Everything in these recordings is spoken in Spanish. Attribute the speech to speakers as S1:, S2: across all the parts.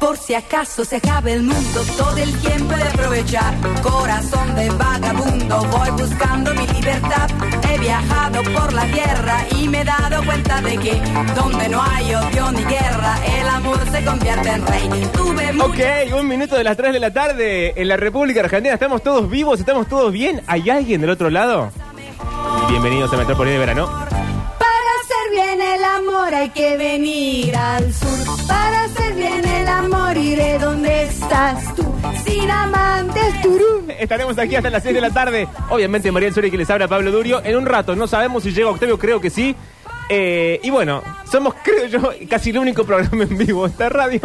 S1: por si acaso se acabe el mundo, todo el tiempo he de aprovechar. Corazón de vagabundo, voy buscando mi libertad. He viajado por la tierra y me he dado cuenta de que donde no hay odio ni guerra, el amor se convierte en rey. Tuve
S2: Ok, un minuto de las 3 de la tarde en la República Argentina. Estamos todos vivos, estamos todos bien. ¿Hay alguien del otro lado? Bienvenidos a Metrópolis de Verano.
S1: Para hacer bien el amor hay que venir al sur. Para hacer bien el amor iré donde estás tú. Sin amantes, turú.
S2: Estaremos aquí hasta las 6 de la tarde. Obviamente, María Suri que les habla Pablo Durio. En un rato, no sabemos si llega Octavio, creo que sí. Eh, y bueno, somos, creo yo, casi el único programa en vivo de esta radio.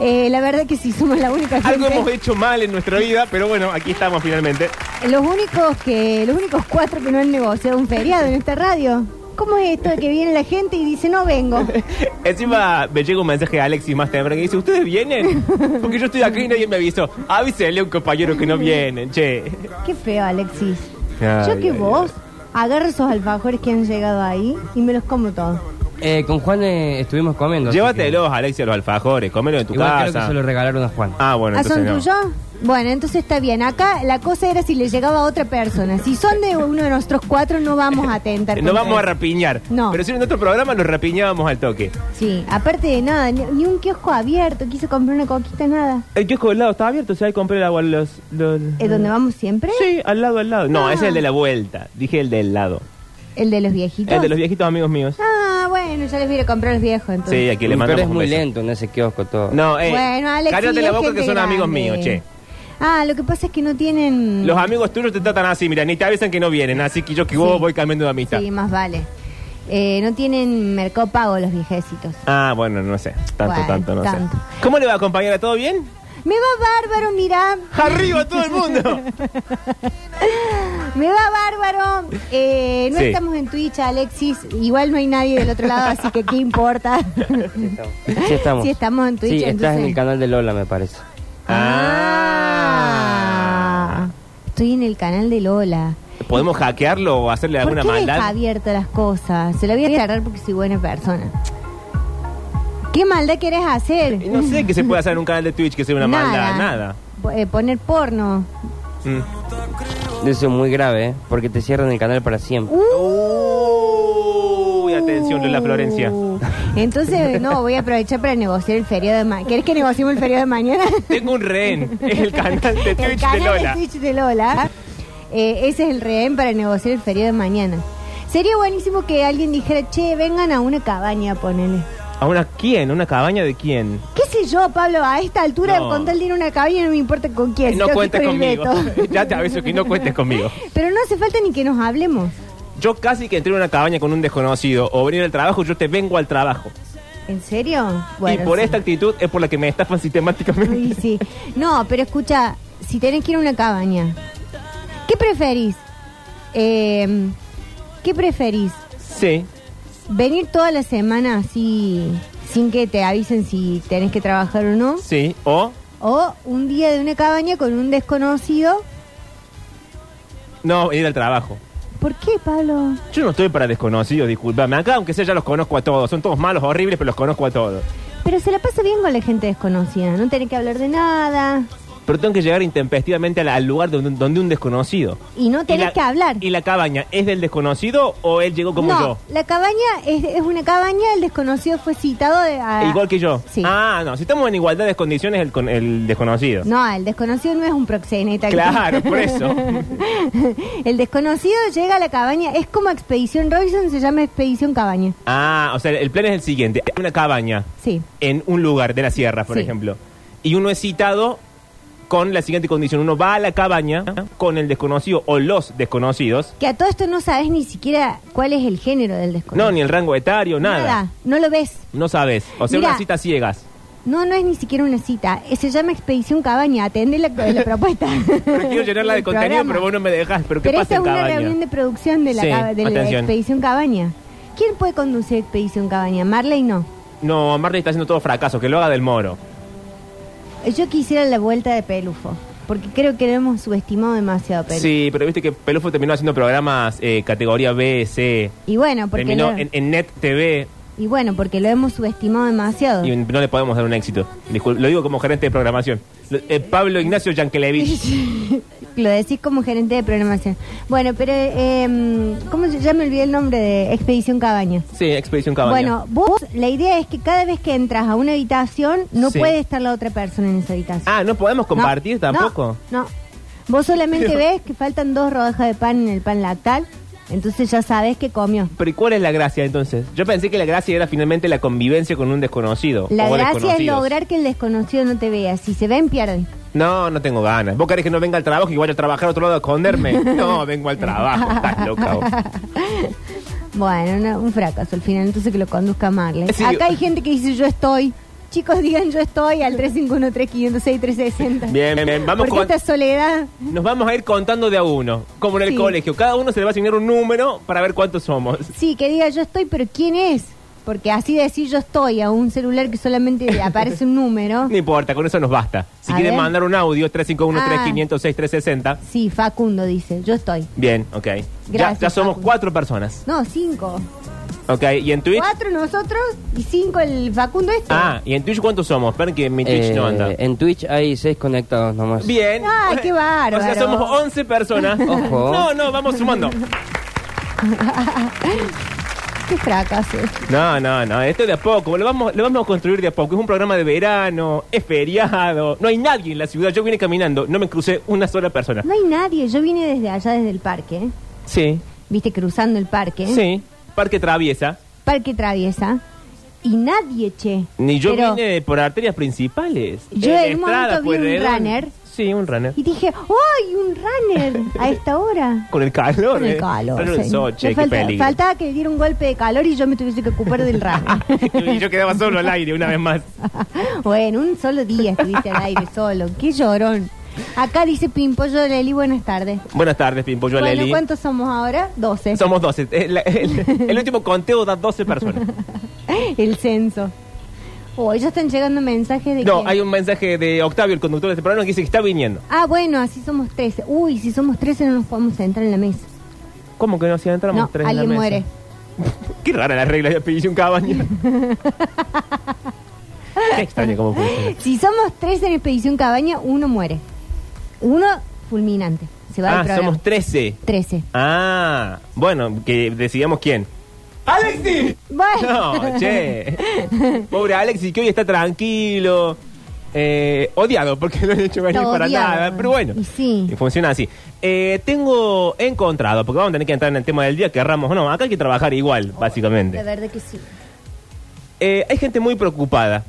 S3: Eh, la verdad que sí, somos la única
S2: Algo
S3: gente.
S2: hemos hecho mal en nuestra vida, pero bueno, aquí estamos finalmente.
S3: Los únicos que, los únicos cuatro que no han negociado un feriado en esta radio. ¿Cómo es esto de que viene la gente y dice no vengo?
S2: Encima me llega un mensaje a Alexis más temprano que dice, ¿ustedes vienen? Porque yo estoy acá y nadie me avisó. Avísele a un compañero que no vienen, che.
S3: Qué feo, Alexis.
S2: Ay,
S3: Yo que
S2: ay,
S3: vos agarro esos alfajores que han llegado ahí y me los como todos.
S4: Eh, con Juan eh, estuvimos comiendo. así
S2: Llévatelos, Alexis, a los alfajores, cómelo en
S4: que-
S2: tu
S4: Igual creo que
S2: casa.
S4: se lo regalaron a Juan.
S2: Ah, bueno,
S3: ¿Ah, son
S2: entonces no.
S3: tuyos? Bueno, entonces está bien. Acá la cosa era si le llegaba a otra persona. Si son de uno de nuestros cuatro, no vamos a atentar.
S2: Eh, No
S3: contra
S2: vamos a
S3: eso.
S2: rapiñar.
S3: No.
S2: Pero si en otro programa nos rapiñábamos al toque.
S3: Sí, aparte de nada, ni, ni un kiosco abierto, quise comprar una coquita, nada.
S2: El kiosco del lado está abierto, o sea, ahí compré el agua. Los, los-
S3: ¿Es donde vamos siempre?
S2: Sí, al lado, al lado. No,
S3: Ah.
S2: ese es el de la vuelta. Dije el del lado.
S3: ¿El de los viejitos?
S2: El de los viejitos amigos míos.
S3: Ah, bueno, ya les voy a ir a comprar los viejos entonces.
S2: Sí, aquí le
S4: Pero
S2: mandamos
S4: es
S2: un
S4: muy
S2: beso.
S4: lento en ese kiosco todo.
S2: No, eh.
S3: bueno, Alex.
S2: cállate
S3: sí,
S2: la
S3: es
S2: boca
S3: gente
S2: que son amigos
S3: grande.
S2: míos, che.
S3: Ah, lo que pasa es que no tienen.
S2: Los amigos tuyos te tratan así, mira, ni te avisan que no vienen, así que yo que vos
S3: Sí.
S2: voy cambiando de amistad.
S3: Sí, más vale. Eh, no tienen mercado pago los viejecitos.
S2: Ah, bueno, no sé, tanto,
S3: Bueno,
S2: tanto, no
S3: tanto.
S2: sé. ¿Cómo le va, compañera? ¿Todo bien?
S3: Me va bárbaro, mirá.
S2: ¡Arriba todo el mundo!
S3: Me va bárbaro. Eh, no
S2: Sí.
S3: estamos en Twitch, Alexis. Igual no hay nadie del otro lado, así que qué importa.
S4: Sí estamos. Sí estamos.
S3: Sí, estamos en Twitch,
S4: Sí, estás en
S3: entonces.
S4: el canal de Lola, me parece.
S2: Ah.
S3: Estoy en el canal de Lola.
S2: ¿Podemos hackearlo o hacerle
S3: ¿Por
S2: alguna
S3: qué deja
S2: maldad?
S3: abiertas las cosas? Se lo voy a agarrar porque soy buena persona. ¿Qué maldad querés hacer?
S2: No sé qué se puede hacer en un canal de Twitch que sea una maldad, nada.
S3: Po- eh, poner porno.
S2: Mm.
S4: Eso es muy grave, ¿eh? Porque te cierran el canal para siempre.
S2: Uy, atención, Lola Florencia.
S3: Uh. Entonces, no, voy a aprovechar para negociar el feriado de mañana. ¿Quieres que negociemos el feriado de mañana?
S2: Tengo un rehén, es el canal de
S3: el
S2: Twitch de
S3: canal
S2: Lola.
S3: de Twitch de Lola. Eh, ese es el rehén para negociar el feriado de mañana. Sería buenísimo que alguien dijera, che, vengan a una cabaña, ponele.
S2: ¿A una quién? ¿Una cabaña de quién?
S3: ¿Qué sé yo, Pablo? A esta altura,
S2: No.
S3: con tal de ir a una cabaña, no me importa con quién.
S2: No
S3: tengo que
S2: cuentes
S3: ir con el
S2: conmigo.
S3: Beto.
S2: ya te aviso que no cuentes conmigo.
S3: Pero no hace falta ni que nos hablemos.
S2: Yo casi que entré en una cabaña con un desconocido o venir al trabajo, yo te vengo al trabajo.
S3: ¿En serio? Bueno,
S2: y por
S3: sí.
S2: esta actitud es por la que me estafan sistemáticamente.
S3: Ay, sí. No, pero escucha, si tenés que ir a una cabaña, ¿qué preferís? Eh, ¿Qué preferís?
S2: Sí.
S3: ¿Venir toda la semana así sin que te avisen si tenés que trabajar o no?
S2: Sí. O
S3: ¿O un día de una cabaña con un desconocido?
S2: no ir al trabajo.
S3: ¿Por qué, Pablo?
S2: Yo no estoy para desconocidos, discúlpame. Acá, aunque sea, ya los conozco a todos. Son todos malos, horribles, pero los conozco a todos.
S3: Pero se la pasa bien con la gente desconocida, no tenés que hablar de nada
S2: Pero tengo que llegar intempestivamente al, al lugar donde, donde un desconocido.
S3: y no tenés
S2: Y la-
S3: que hablar.
S2: ¿Y la cabaña es del desconocido o él llegó como
S3: no,
S2: yo?
S3: la cabaña es, es una cabaña, el desconocido fue citado de- a-
S2: Igual que yo.
S3: Sí.
S2: Ah, no. Si estamos en igualdad de condiciones, el, con- el desconocido.
S3: No, el desconocido no es un proxeneta.
S2: Claro, por eso.
S3: el desconocido llega a la cabaña, es como Expedición Robinson, se llama Expedición Cabaña.
S2: Ah, o sea, el plan es el siguiente. Hay Una cabaña
S3: Sí.
S2: en un lugar de la sierra, por
S3: Sí.
S2: ejemplo. Y uno es citado con la siguiente condición. Uno va a la cabaña con el desconocido o los desconocidos.
S3: Que a todo esto no sabes ni siquiera cuál es el género del desconocido.
S2: No, ni el rango etario, nada.
S3: no lo ves.
S2: No sabes. O sea,
S3: Mira.
S2: una cita ciegas.
S3: No, no es ni siquiera una cita. eh, Se llama Expedición Cabaña, atende la, la propuesta.
S2: Pero quiero llenarla de
S3: El
S2: contenido,
S3: programa.
S2: pero vos no me dejás. ¿Pero qué
S3: Pero
S2: pasa
S3: esta es
S2: en
S3: una
S2: cabaña?
S3: reunión de producción de la,
S2: Sí,
S3: caba- de la
S2: atención.
S3: Expedición Cabaña. ¿Quién puede conducir Expedición Cabaña? Marley no.
S2: No, Marley está haciendo todo fracaso. Que lo haga del moro.
S3: Eh, Yo quisiera la vuelta de Pelufo, porque creo que lo hemos subestimado demasiado a Pelufo.
S2: Sí, pero viste que Pelufo terminó haciendo programas eh, categoría B, C.
S3: Y bueno, porque
S2: terminó
S3: lo-
S2: en, en Net TV.
S3: Y bueno, porque lo hemos subestimado demasiado.
S2: Y no le podemos dar un éxito. Discul- lo digo como gerente de programación. Lo- eh, Pablo Ignacio Yankelevich.
S3: Lo decís como gerente de programación. Bueno, pero eh, ¿cómo se- ya me olvidé el nombre de Expedición Cabaña?
S2: Sí, Expedición Cabaña.
S3: Bueno, vos, la idea es que cada vez que entras a una habitación, no
S2: Sí.
S3: puede estar la otra persona en esa habitación.
S2: Ah, ¿no podemos compartir
S3: No,
S2: tampoco?
S3: No, no. Vos solamente ves que faltan dos rodajas de pan en el pan lactal, entonces ya sabes que comió.
S2: Pero ¿y cuál es la gracia entonces? Yo pensé que la gracia era finalmente la convivencia con un desconocido.
S3: La
S2: o
S3: gracia es
S2: desconocidos.
S3: lograr que el desconocido no te vea. Si se ven, pierden.
S2: No, no tengo ganas. ¿Vos querés que no venga al trabajo y vaya a trabajar a otro lado a esconderme? No, vengo al trabajo. Estás loca vos.
S3: Bueno, no, un fracaso al final, entonces que lo conduzca Marley.
S2: Sí.
S3: Acá hay gente que dice yo estoy. Chicos, digan yo estoy al 351-3506-360.
S2: Bien, bien, bien. Vamos
S3: Porque
S2: con-
S3: esta soledad...
S2: Nos vamos a ir contando de a uno, como en el
S3: Sí.
S2: colegio. Cada uno se le va a asignar un número para ver cuántos somos.
S3: Sí, que diga yo estoy, pero ¿quién es? Porque así decir yo estoy a un celular que solamente aparece un número.
S2: No importa, con eso nos basta. Si
S3: A
S2: quieren
S3: ver. Ah.
S2: mandar un audio, 351-3506-360.
S3: Sí, Facundo dice, yo estoy.
S2: Bien, ok. ya,
S3: Gracias,
S2: ya somos
S3: Facu.
S2: cuatro personas.
S3: No, cinco.
S2: Ok, y en Twitch.
S3: Cuatro nosotros y cinco el Facundo este.
S2: Ah, y en Twitch cuántos somos? Esperen que mi Twitch
S4: Eh,
S2: no anda.
S4: En Twitch hay seis conectados nomás.
S2: Bien.
S3: Ay, qué bárbaro.
S2: O sea, somos 11 personas.
S4: Ojo.
S2: No, no, vamos sumando.
S3: Qué fracaso.
S2: No, no, no, esto de a poco, lo vamos, lo vamos a construir de a poco. Es un programa de verano, es feriado, no hay nadie en la ciudad. Yo vine caminando, no me crucé una sola persona.
S3: No hay nadie. Yo vine desde allá, desde el parque. ¿eh?
S2: Sí,
S3: Viste, cruzando el parque.
S2: sí, parque traviesa.
S3: Parque Traviesa. Y nadie, che.
S2: Ni yo
S3: Pero-
S2: vine por arterias principales.
S3: Yo
S2: la
S3: en un momento vi
S2: por
S3: un
S2: Redón.
S3: runner.
S2: Sí, un runner.
S3: Y dije, ¡ay, un runner! A esta hora.
S2: Con el calor.
S3: Con el
S2: eh.
S3: calor.
S2: Runner
S3: sí.
S2: sol, che,
S3: Me
S2: qué
S3: falta-
S2: peligro.
S3: faltaba que diera un golpe de calor y yo me tuviese que ocupar del runner.
S2: y yo quedaba solo al aire una vez más.
S3: Bueno, un solo día estuviste al aire solo. Qué llorón. Acá dice Pimpollo de Leli, buenas tardes.
S2: Buenas tardes, Pimpollo
S3: bueno,
S2: Leli.
S3: ¿cuántos somos ahora? 12.
S2: Somos 12. Eh, la- El, el último conteo da 12 personas.
S3: El censo. Oh, ya están llegando mensajes de
S2: No,
S3: que-
S2: hay un mensaje de Octavio, el conductor de este programa, que dice que está viniendo.
S3: Ah, bueno, así somos 13. Uy, si somos 13 no nos podemos sentar en la mesa.
S2: ¿Cómo que no? Si entramos
S3: no,
S2: tres en la
S3: alguien
S2: mesa.
S3: muere.
S2: Qué rara la regla de Expedición Cabaña. Qué extraño cómo funciona.
S3: Si somos 13 en Expedición Cabaña, uno muere. Uno fulminante. Se va
S2: Ah,
S3: del programa.
S2: somos 13.
S3: 13.
S2: Ah, bueno, que decidamos quién. ¡Alexi!
S3: Bueno.
S2: No, che. Pobre Alexi, que hoy está tranquilo. Eh, odiado, porque no he hecho venir
S3: Está
S2: para
S3: odiado.
S2: nada. Pero bueno,
S3: Y sí.
S2: Y funciona así. Eh, tengo encontrado, porque vamos a tener que entrar en el tema del día, querramos o no. Acá hay que trabajar igual, básicamente.
S3: La verdad que sí.
S2: Eh, hay gente muy preocupada.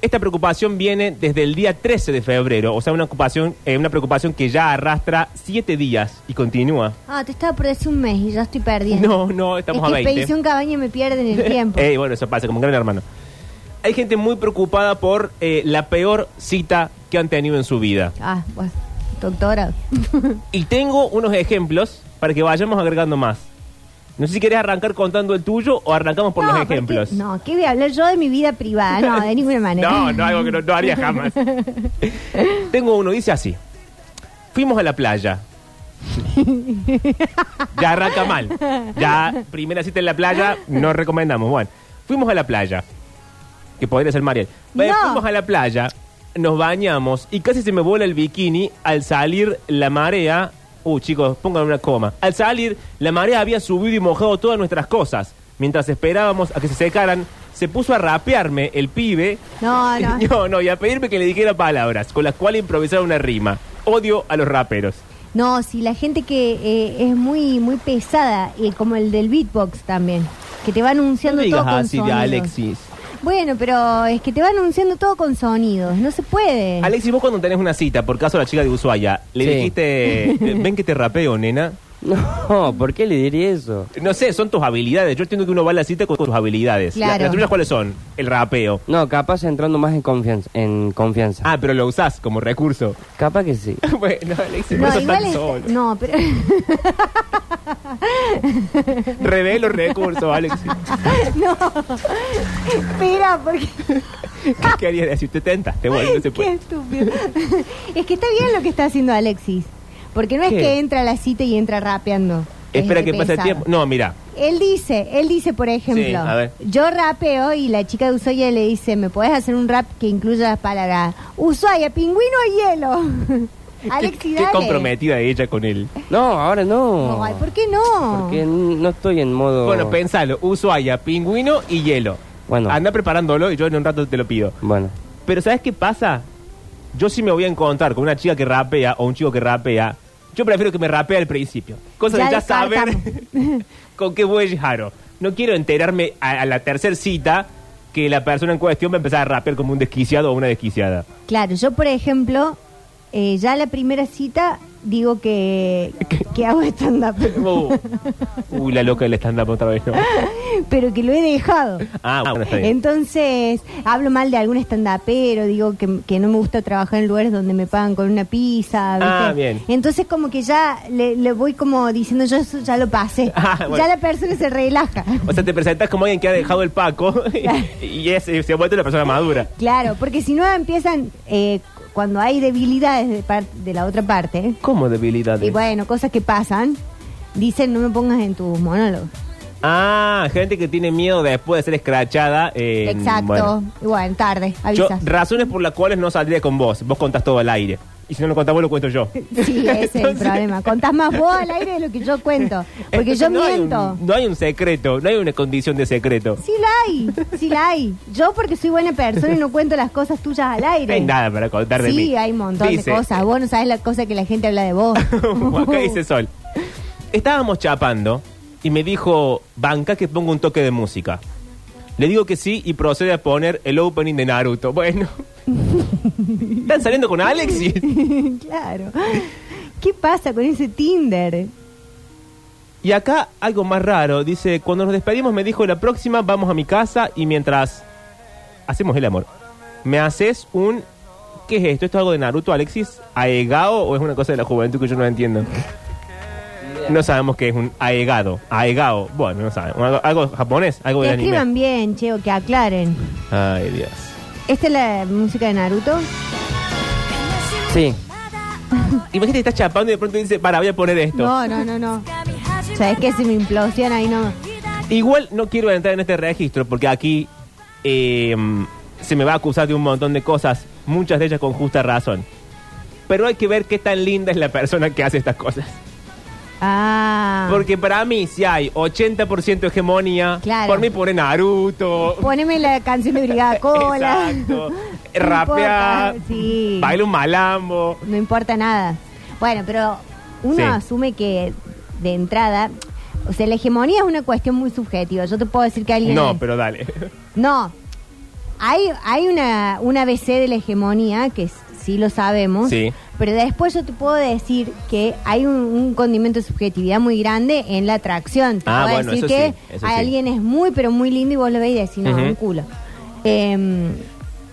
S2: Esta preocupación viene desde el día 13 de febrero, o sea, una, ocupación, eh, una preocupación que ya arrastra 7 días y continúa.
S3: Ah, te estaba por decir un mes y ya estoy perdiendo.
S2: No, no, estamos
S3: es que
S2: a 20.
S3: Expedición Cabaña me pierde en el tiempo.
S2: Eh, bueno, eso pasa como un gran hermano. Hay gente muy preocupada por eh, la peor cita que han tenido en su vida.
S3: Ah, bueno, doctora.
S2: Y tengo unos ejemplos para que vayamos agregando más. No sé si querés arrancar contando el tuyo o arrancamos por
S3: No,
S2: los
S3: porque-
S2: ejemplos.
S3: No, ¿qué voy a hablar yo de mi vida privada? No, de ninguna manera.
S2: No, no, algo que no, no haría jamás. Tengo uno, dice así. Fuimos a la playa. ya arranca mal. Ya, primera cita en la playa, no recomendamos. Bueno, fuimos a la playa. Que podría ser Mariel. Ve,
S3: No.
S2: Fuimos a la playa, nos bañamos y casi se me vuela el bikini al salir la marea. Uh, chicos, pongan una coma. Al salir, la marea había subido y mojado todas nuestras cosas. Mientras esperábamos a que se secaran, se puso a rapearme el pibe
S3: No, no.
S2: no, no, y a pedirme que le dijera palabras con las cuales improvisar una rima. Odio a los raperos.
S3: No, si la gente que eh, es muy muy pesada, eh, como el del beatbox también, que te va anunciando todo con sonidos. Bueno, pero es que te va anunciando todo con sonidos, no se puede.
S2: Alexis, vos cuando tenés una cita, por caso a la chica de Ushuaia, le
S4: Sí.
S2: dijiste, eh, ven que te rapeo, nena.
S4: No, ¿por qué le diría eso?
S2: No sé, son tus habilidades. Yo entiendo que uno va a la cita con tus habilidades. La-
S3: Claro.
S2: ¿Las tuyas cuáles son? El rapeo.
S4: No, capaz entrando más en confianza. En confianza.
S2: Ah, pero lo usás como recurso.
S4: Capaz que sí.
S2: bueno, Alexis, no,
S3: no,
S2: sos tan
S3: es-
S2: solo.
S3: no, pero
S2: Revé los recursos, Alexis.
S3: no. Espera, porque
S2: ¿Qué querías decir? Te tentaste, bueno, no se
S3: Qué
S2: puede.
S3: estúpido. es que está bien lo que está haciendo Alexis. Porque no es
S2: ¿Qué?
S3: que entra a la cita y entra rapeando.
S2: Espera
S3: Es
S2: que pase el
S3: pesado.
S2: tiempo. No, mira,
S3: Él dice, él dice, por ejemplo,
S2: Sí, a ver.
S3: yo rapeo y la chica de Ushuaia le dice, ¿me podés hacer un rap que incluya las palabras Ushuaia, pingüino y hielo? Alexi,
S2: qué, qué
S3: dale.
S2: comprometida ella con él.
S4: No, ahora no.
S3: Ay, ¿Por qué no?
S4: Porque n- no estoy en modo.
S2: Bueno, pensalo. Ushuaia, pingüino y hielo.
S4: Bueno.
S2: Anda preparándolo y yo en un rato te lo pido.
S4: Bueno.
S2: Pero ¿sabes qué pasa? Yo sí me voy a encontrar con una chica que rapea o un chico que rapea. Yo prefiero que me rapee al principio. Cosa
S3: Ya
S2: de ya saber
S3: descartamos.
S2: con qué voy a llegar. o. No quiero enterarme a, a la tercera cita que la persona en cuestión va a empezar a rapear como un desquiciado o una desquiciada.
S3: Claro, yo por ejemplo, eh, ya la primera cita digo que, que hago stand-up,
S2: Uh, Uy, la loca del stand-up otra vez, ¿no?
S3: pero que lo he dejado.
S2: Ah, bueno, está bien.
S3: Entonces, hablo mal de algún stand-upero, digo que, que no me gusta trabajar en lugares donde me pagan con una pizza. ¿viste?
S2: Ah, bien.
S3: Entonces, como que ya le, le voy como diciendo, yo eso ya lo pasé.
S2: Ah, bueno.
S3: Ya la persona se relaja.
S2: O sea, te presentas como alguien que ha dejado el paco y, y es- se ha vuelto una persona madura.
S3: Claro, porque si no empiezan, eh, cuando hay debilidades de, par- de la otra parte,
S2: ¿Cómo debilidades?
S3: y bueno, cosas que pasan, dicen, no me pongas en tus monólogos.
S2: Ah, gente que tiene miedo después de ser escrachada. eh,
S3: Exacto.
S2: bueno.
S3: Y bueno, tarde,
S2: Yo,
S3: avisa.
S2: razones por las cuales no saldría con vos. Vos contás todo al aire. Y si no lo contás vos, lo cuento yo.
S3: Sí, ese es el
S2: Entonces-
S3: problema. Contás más vos al aire de lo que yo cuento. Porque
S2: Entonces
S3: yo
S2: no hay un-
S3: miento.
S2: no hay un secreto, no hay una condición de secreto.
S3: Sí la hay, sí la hay. Yo porque soy buena persona y no cuento las cosas tuyas al aire.
S2: No hay nada para contar de
S3: sí,
S2: mí.
S3: hay un montón
S2: Dice-
S3: de cosas. Vos no sabés la cosa que la gente habla de vos.
S2: Acá dice Sol. Estábamos chapando y me dijo, banca que pongo un toque de música. Le digo que sí y procede a poner el opening de Naruto. Bueno. ¿Están saliendo con Alexis?
S3: claro. ¿Qué pasa con ese Tinder?
S2: Y acá algo más raro. Dice, cuando nos despedimos me dijo, la próxima vamos a mi casa y mientras hacemos el amor, me haces un... ¿Qué es esto? ¿Esto es algo de Naruto, Alexis? ¿Aegao o es una cosa de la juventud que yo no entiendo? No sabemos qué es un aegado. Aegao. Bueno, no sabemos. Algo, algo japonés, algo
S3: Que
S2: de anime.
S3: escriban bien, che, o que aclaren.
S2: Ay, Dios.
S3: ¿Esta es la música de Naruto?
S4: Sí.
S2: Imagínate que estás chapando y de pronto dice, para, voy a poner esto.
S3: No, no, no, no. ¿Sabés qué? Se me implosiona ahí no.
S2: Igual no quiero entrar en este registro porque aquí eh, se me va a acusar de un montón de cosas, muchas de ellas con justa razón. Pero hay que ver qué tan linda es la persona que hace estas cosas.
S3: Ah.
S2: Porque para mí, si hay 80% hegemonía,
S3: Claro.
S2: por mí pone Naruto.
S3: Poneme la canción de Brigada Cola.
S2: Exacto.
S3: No
S2: Rapea.
S3: importa, sí.
S2: Baila un malambo.
S3: No importa nada. Bueno, pero uno
S2: Sí.
S3: asume que de entrada, o sea, la hegemonía es una cuestión muy subjetiva. Yo te puedo decir que alguien...
S2: No, pero dale.
S3: No. Hay, hay una, una ABC de la hegemonía, que s- sí lo sabemos,
S2: Sí.
S3: pero después yo te puedo decir que hay un, un condimento de subjetividad muy grande en la atracción. Te
S2: Ah,
S3: puedo
S2: bueno,
S3: decir
S2: eso
S3: que
S2: sí, eso sí.
S3: alguien es muy, pero muy lindo y vos lo veis y decís, no,
S2: Ujú.
S3: un culo. Em,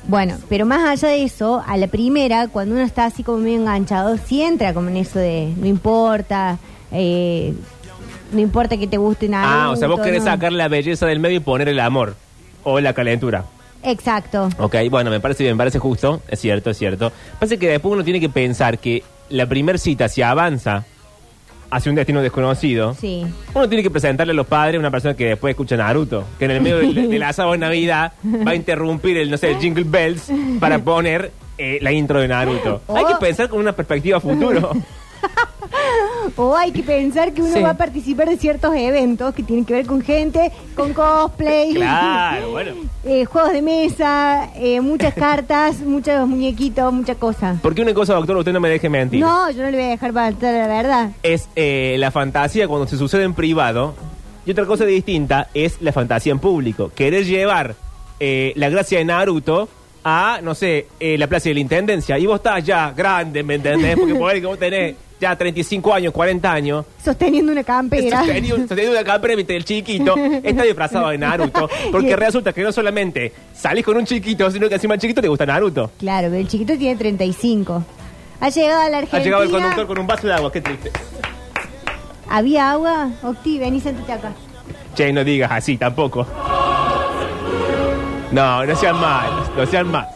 S3: bueno, pero más allá de eso, a la primera, cuando uno está así como medio enganchado, sí entra como en eso de no importa, eh, no importa que te guste nada.
S2: Ah, o sea, vos querés sacar la belleza del medio y poner el amor. O la calentura.
S3: Exacto.
S2: Ok, bueno, me parece bien, me parece justo, es cierto, es cierto. Pasa que después uno tiene que pensar que la primer cita, si avanza hacia un destino desconocido,
S3: Sí.
S2: uno tiene que presentarle a los padres a una persona que después escucha Naruto, que en el medio del, del asado de Navidad va a interrumpir el, no sé, el Jingle Bells para poner eh, la intro de Naruto. Hay que
S3: Oh.
S2: pensar con una perspectiva a futuro.
S3: O hay que pensar que uno
S2: Sí.
S3: va a participar de ciertos eventos que tienen que ver con gente, con cosplay.
S2: Claro, bueno.
S3: eh, juegos de mesa, eh, muchas cartas, muchos muñequitos, mucha cosa.
S2: Porque una cosa, doctor, usted no me deje mentir.
S3: No, yo no le voy a dejar faltar la verdad.
S2: es eh, la fantasía cuando se sucede en privado y otra cosa distinta es la fantasía en público. Querer llevar eh, la gracia de Naruto a, no sé, eh, la plaza de la Intendencia y vos estás ya grande, ¿me entendés? Porque por que vos tenés ya 35 años, 40 años.
S3: Sosteniendo una campera.
S2: Sostenido, sostenido una campera mientras el chiquito está disfrazado de Naruto. Porque
S3: Y-
S2: resulta que no solamente salís con un chiquito, sino que encima al chiquito te gusta Naruto.
S3: Claro, pero el chiquito tiene 35. Ha llegado a la
S2: Ha
S3: Argentina.
S2: llegado el conductor con un vaso de agua, qué triste.
S3: ¿Había agua? Octi, vení, sentate acá.
S2: Che, no digas así tampoco. No, no sean malos, no sean malos.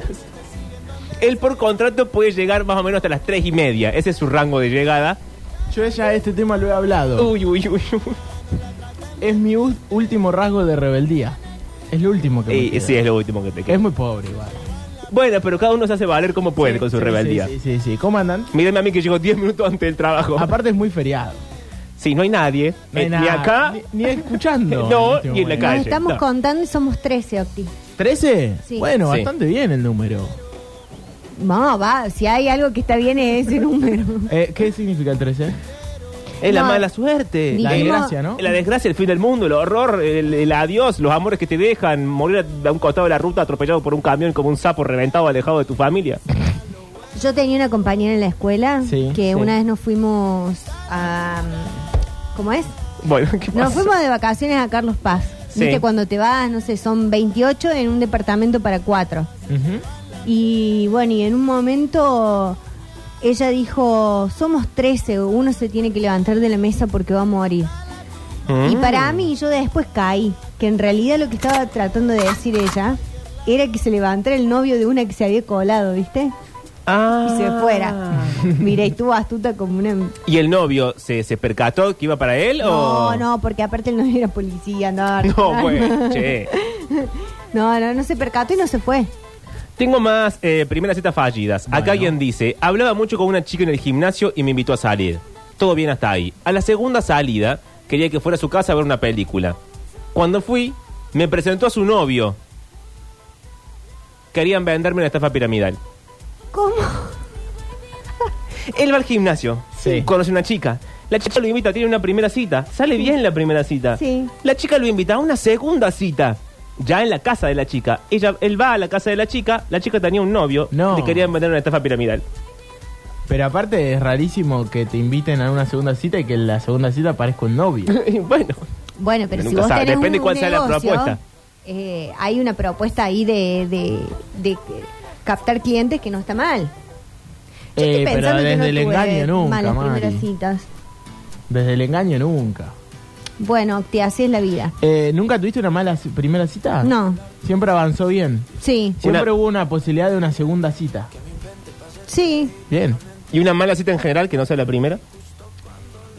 S2: Él por contrato puede llegar más o menos hasta las tres y media. Ese es su rango de llegada. Uh.
S5: Yo ya este tema lo he hablado.
S2: Uy, uy, uy, uy.
S5: es mi ú- último rasgo de rebeldía. Es lo último que me
S2: Y-
S5: queda.
S2: sí, es lo último que te
S5: Que es
S2: queda.
S5: muy pobre igual.
S2: Bueno, pero cada uno se hace valer como puede con su
S5: Sí,
S2: rebeldía.
S5: Sí, sí, sí, sí. ¿Cómo andan?
S2: Mírame a mí que llego 10 minutos antes del trabajo.
S5: Aparte es muy feriado.
S2: Sí, no hay nadie.
S5: No hay
S2: eh, ni
S5: nada,
S2: acá.
S5: Ni, ni escuchando.
S2: No,
S5: este
S2: ni en la
S5: momento.
S2: calle.
S3: Nos estamos
S2: no.
S3: contando y somos 13, Octi.
S5: ¿13?
S3: Sí.
S5: Bueno,
S2: Sí.
S5: bastante bien el número.
S3: No, va, si hay algo que está bien es ese número.
S5: Eh, ¿Qué significa el 13?
S2: Es Ah, la
S3: No.
S2: mala suerte.
S5: La
S3: Dijimos-
S5: desgracia, ¿no?
S2: La desgracia, el fin del mundo, el horror, el, el adiós, los amores que te dejan, morir a un costado de la ruta atropellado por un camión como un sapo reventado, alejado de tu familia.
S3: Yo tenía una compañera en la escuela
S5: Sí,
S3: que
S5: sí.
S3: una vez nos fuimos a... ¿Cómo es?
S2: Bueno, ¿qué pasa?
S3: Nos fuimos de vacaciones a Carlos Paz.
S2: Sí.
S3: Viste, cuando te vas, no sé, son 28 en un departamento para cuatro.
S5: Ujú.
S3: Y bueno, y en un momento ella dijo, somos 13, uno se tiene que levantar de la mesa porque va a morir. Y
S2: Mm.
S3: para mí, yo después caí, que en realidad lo que estaba tratando de decir ella era que se levantara el novio de una que se había colado, ¿viste?
S2: Ah.
S3: Y se fuera. Mira, y estuvo astuta como una... em-
S2: ¿Y el novio se, se percató que iba para él o.?
S3: No, no, porque aparte el novio era policía, andaba...
S2: No,
S3: arrastrando.
S2: bueno, che.
S3: No, no, no se percató y no se fue.
S2: Tengo más eh, primeras citas fallidas. Acá
S5: Bueno.
S2: alguien dice, hablaba mucho con una chica en el gimnasio y me invitó a salir. Todo bien hasta ahí. A la segunda salida, quería que fuera a su casa a ver una película. Cuando fui, me presentó a su novio. Querían venderme una estafa piramidal.
S3: ¿Cómo?
S2: Él va al gimnasio,
S5: Sí.
S2: conoce una chica. La chica lo invita, tiene una primera cita. Sale bien la primera cita.
S3: Sí.
S2: La chica lo invita a una segunda cita. Ya en la casa de la chica. Ella, él va a la casa de la chica. La chica tenía un novio.
S5: No.
S2: Le querían vender una estafa piramidal.
S5: Pero aparte es rarísimo que te inviten a una segunda cita y que en la segunda cita aparezca un novio.
S2: Y bueno,
S3: Bueno, pero
S2: Uno
S3: si
S2: nunca
S3: vos
S2: sabe,
S3: tenés
S2: depende
S3: un
S2: cuál sea la
S3: negocio,
S2: propuesta.
S3: eh, hay una propuesta ahí de, de, de captar clientes que no está mal. Yo
S5: Eh,
S3: estoy
S5: pero
S3: pensando que
S5: desde
S3: no
S5: el
S3: tuve
S5: engaño nunca,
S3: malas primeras
S5: Mari.
S3: citas.
S5: Desde el engaño nunca.
S3: Bueno, Octi, así es la vida.
S5: Eh, ¿Nunca tuviste una mala ci- primera cita?
S3: No.
S5: Siempre avanzó bien.
S3: Sí,
S5: Siempre
S2: Una-
S5: hubo una posibilidad de una segunda cita.
S3: sí.
S5: Bien.
S2: y una mala cita en general que no sea la primera.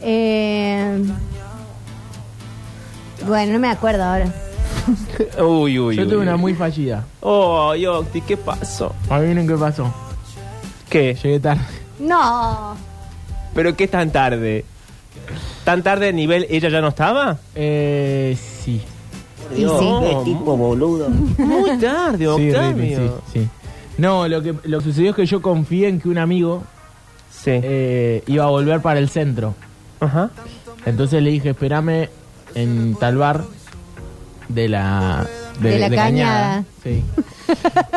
S3: eh, bueno, no me acuerdo ahora.
S2: Uy, uy,
S5: Yo
S2: uy,
S5: tuve una
S2: uy.
S5: muy fallida.
S2: Oh, Octi, ¿qué pasó?
S5: Adivinen qué pasó.
S2: ¿Qué?
S5: Llegué tarde.
S3: No.
S2: ¿Pero qué tan tarde? ¿Tan tarde a nivel ella ya no estaba?
S5: Eh, sí.
S3: Y sí.
S2: Qué tipo boludo. Muy tarde,
S5: Sí, Ricky,
S2: Octavio.
S5: sí, sí. No, lo que, lo que sucedió es que yo confié en que un amigo
S2: Sí.
S5: eh, iba a volver para el centro.
S2: Ajá.
S5: Entonces le dije, espérame en tal bar de la...
S3: De la cañada.
S5: Sí.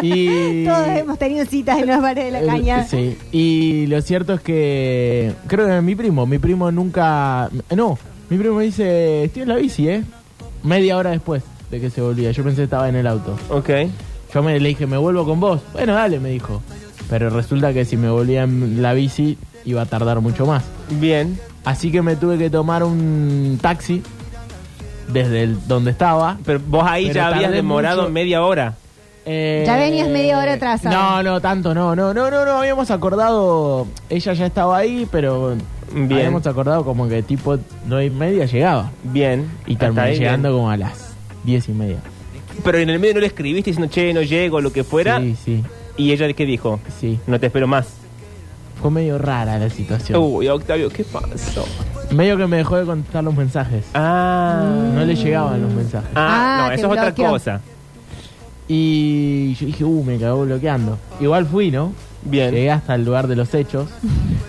S5: Y...
S3: Todos hemos tenido citas en los bares de la
S5: Eh,
S3: caña.
S5: Sí, y lo cierto es que creo que mi primo, mi primo nunca... eh, No, mi primo me dice, estoy en la bici, ¿eh? Media hora después de que se volvía, yo pensé que estaba en el auto.
S2: Ok.
S5: Yo me, le dije, me vuelvo con vos. Bueno, dale, me dijo. Pero resulta que si me volvía en la bici iba a tardar mucho más.
S2: Bien.
S5: Así que me tuve que tomar un taxi desde el- donde estaba.
S2: Pero vos ahí
S5: Pero
S2: ya habías
S5: tardé
S2: demorado
S5: mucho.
S2: media hora.
S5: Eh,
S3: Ya venías media hora atrasado.
S5: No, no, tanto, no, no, no, no, no, habíamos acordado, ella ya estaba ahí, pero
S2: Bien.
S5: habíamos acordado como que tipo nueve y media llegaba.
S2: Bien.
S5: Y
S2: Hasta
S5: terminé
S2: ahí,
S5: llegando
S2: bien.
S5: como a las diez y media.
S2: Pero en el medio no le escribiste diciendo, che, no llego, lo que fuera.
S5: Sí, sí,
S2: ¿Y ella qué dijo?
S5: sí.
S2: No te espero más.
S5: Fue medio rara la situación.
S2: Uy, Octavio, ¿qué pasó?
S5: Medio que me dejó de contestar los mensajes.
S2: Ah.
S5: No le llegaban los mensajes.
S2: Ah,
S3: Ah,
S2: no,
S3: te
S2: eso es otra
S3: bloqueó.
S2: cosa.
S5: Y yo dije, uh, me cagó bloqueando. Igual fui, ¿no?
S2: Bien.
S5: Llegué hasta el lugar de los hechos.